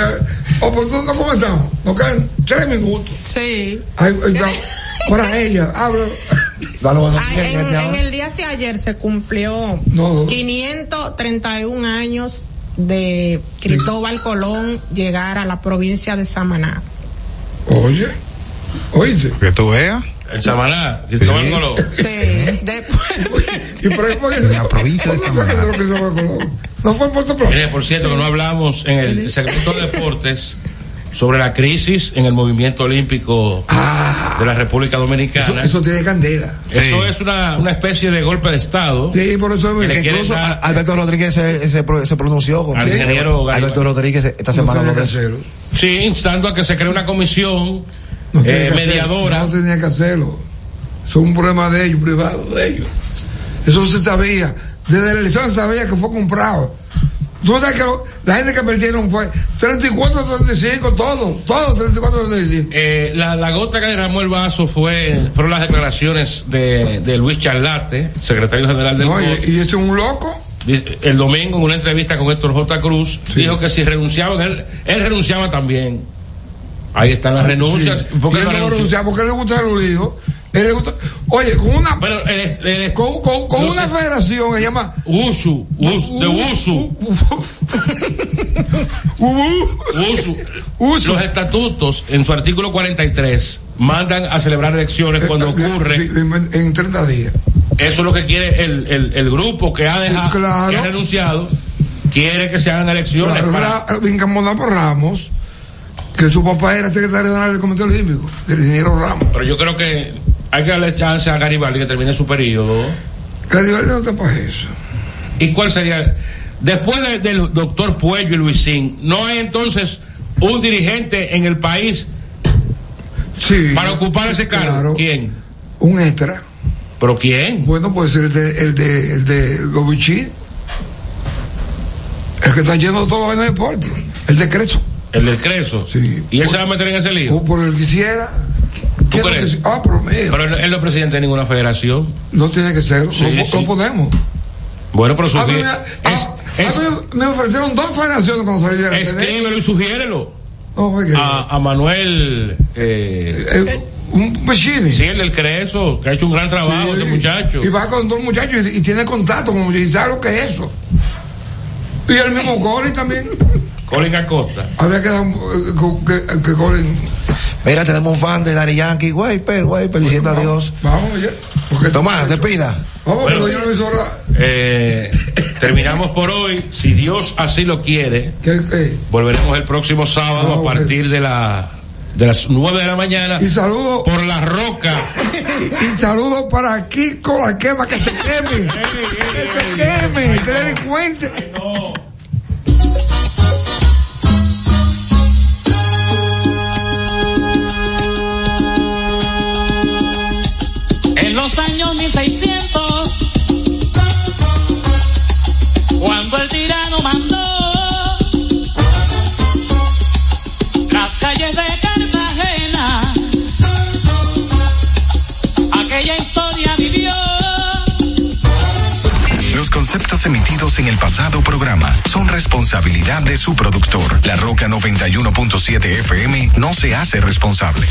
Speaker 5: O por eso Oh, pues, no comenzamos. Nos quedan tres minutos.
Speaker 11: Sí.
Speaker 5: Ay, ay, da- para ella, habla. Dale buenos
Speaker 11: Ay, en, en el día de ayer se cumplió
Speaker 5: No.
Speaker 11: 531 años de Cristóbal Colón llegar a la provincia de Samaná.
Speaker 5: Oye, oye.
Speaker 3: Que tú veas.
Speaker 6: El Samaná,
Speaker 3: Sí.
Speaker 6: Cristóbal Colón.
Speaker 11: Sí, después.
Speaker 5: ¿Y por ahí fue que-
Speaker 6: La provincia de
Speaker 5: ¿Dónde <laughs> fue que se lo Cristóbal Colón? No fue en Puerto Plata.
Speaker 6: Mire, por cierto, que no hablamos en el segmento de deportes sobre la crisis en el movimiento olímpico de la República Dominicana.
Speaker 5: Ah. Eso tiene candela.
Speaker 6: Eso es una, una especie de golpe de Estado.
Speaker 4: Sí, por eso
Speaker 6: Que le
Speaker 4: que
Speaker 6: quieren
Speaker 4: incluso
Speaker 6: dar-
Speaker 4: Alberto Rodríguez se, se pro- se pronunció con
Speaker 6: Al ingeniero Garibaldi.
Speaker 4: Alberto Rodríguez esta semana habló de eso.
Speaker 6: Sí, instando a que se cree una comisión
Speaker 5: No tenía
Speaker 6: eh,
Speaker 5: que hacerlo,
Speaker 6: mediadora.
Speaker 5: No tenía que hacerlo. Eso es un problema de ellos, privado de ellos. Eso se sabía. Desde la elección se sabía que fue comprado. Tú sabes que lo- la gente que perdieron fue 34, 35, todos, todos 34, 35.
Speaker 6: Eh, la, la gota que derramó el vaso fue fueron las declaraciones de, de Luis Charlate, secretario general del
Speaker 5: No, y-
Speaker 6: COD.
Speaker 5: y ese es un loco.
Speaker 6: Di- El domingo en una entrevista con Héctor J. Cruz dijo que si renunciaban, él, él renunciaba también. Ahí están las renuncias.
Speaker 5: Sí. Y él no va a renunciar porque le gusta el lío. Él le gusta- Oye, con una. con con- con
Speaker 6: no
Speaker 5: una
Speaker 6: sé.
Speaker 5: federación que llama.
Speaker 6: Usu. Us- de Usu. Usu. Los estatutos, en su artículo 43, mandan a celebrar
Speaker 5: Eh,
Speaker 6: elecciones cuando ocurre.
Speaker 5: en 30 días.
Speaker 6: Eso es lo que quiere el, el, el grupo que ha dejado, que ha renunciado. Quiere que se hagan elecciones.
Speaker 5: Claro,
Speaker 6: para-
Speaker 5: Ra- Vincamonda por Ramos, que su papá era secretario general del Comité Olímpico, del ingeniero Ramos.
Speaker 6: Pero yo creo que hay que darle chance a Garibaldi que termine su periodo.
Speaker 5: Garibaldi no tapa eso.
Speaker 6: ¿Y cuál sería? Después de- del doctor Puello y Luisín, ¿no hay entonces un dirigente en el país para ocupar ese cargo? ¿Quién?
Speaker 5: Un extra.
Speaker 6: ¿Pero quién?
Speaker 5: Bueno, puede ser el de, el de, el de los bichín. El que está lleno de todos los vainas de deporte. El de Creso. Uh,
Speaker 6: El del Creso. ¿Y él se va a meter en ese lío?
Speaker 5: O por el que quisiera.
Speaker 6: ¿Tú crees?
Speaker 5: Ah, promedio.
Speaker 6: Pero él, él no es presidente de ninguna federación.
Speaker 5: No tiene que ser.
Speaker 6: Sí,
Speaker 5: no, po-
Speaker 6: sí.
Speaker 5: no podemos.
Speaker 6: Bueno, pero su
Speaker 5: A mí Ah, me- ah, A mí me ofrecieron dos federaciones cuando salí de la CNE.
Speaker 6: Escríbelo y sugiérelo.
Speaker 5: No, porque-
Speaker 6: A, a Manuel. Eh, Sí, el del Creso, que ha hecho un gran trabajo ese muchacho.
Speaker 5: Y va con dos muchachos y, y tiene contacto con muchachos y sabe lo que es eso. Y el mismo Colin también.
Speaker 6: Colin Acosta.
Speaker 5: Había quedado eh, con- que, que Colin.
Speaker 4: Mira, tenemos un fan de Dari Yankee, güey, pero, güey, pero diciendo adiós.
Speaker 5: Vamos, ya.
Speaker 4: Tomás, despida.
Speaker 5: Vamos,
Speaker 6: Bueno.
Speaker 5: pero yo no hice ahora.
Speaker 6: Eh, terminamos por hoy. Si Dios así lo quiere, volveremos el próximo sábado a partir de, la, de las 9 de la mañana.
Speaker 5: Ah, Y saludo.
Speaker 6: Por la roca.
Speaker 5: Y, y saludo para Kiko, la quema, que se queme. que se queme, este delincuente.
Speaker 10: En los años 1600, cuando el tirano mandó las calles de Cartagena, aquella historia vivió.
Speaker 9: Los conceptos emitidos en el pasado programa son responsabilidad de su productor. La Roca 91.7 FM no se hace responsable.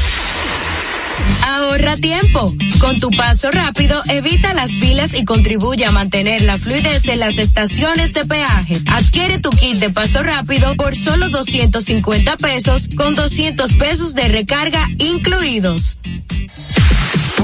Speaker 13: Ahorra tiempo. Con tu paso rápido, evita las filas y contribuye a mantener la fluidez en las estaciones de peaje. Adquiere tu kit de paso rápido por solo 250 pesos con 200 pesos de recarga incluidos.
Speaker 9: Tú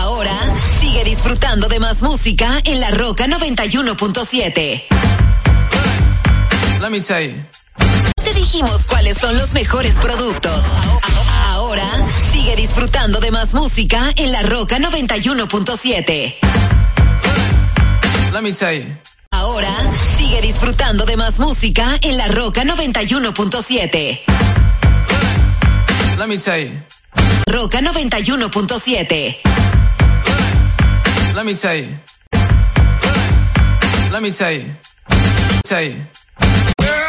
Speaker 14: Ahora sigue disfrutando de más música en La Roca 91.7.
Speaker 15: Let me tell you.
Speaker 14: Ya te dijimos cuáles son los mejores productos. Ahora sigue disfrutando de más música en La Roca 91.7.
Speaker 15: Let me tell you.
Speaker 14: Ahora sigue disfrutando de más música en La Roca 91.7.
Speaker 15: Let me tell you.
Speaker 14: Roca 91.7.
Speaker 15: Let me tell you. Let me tell you. Tell you.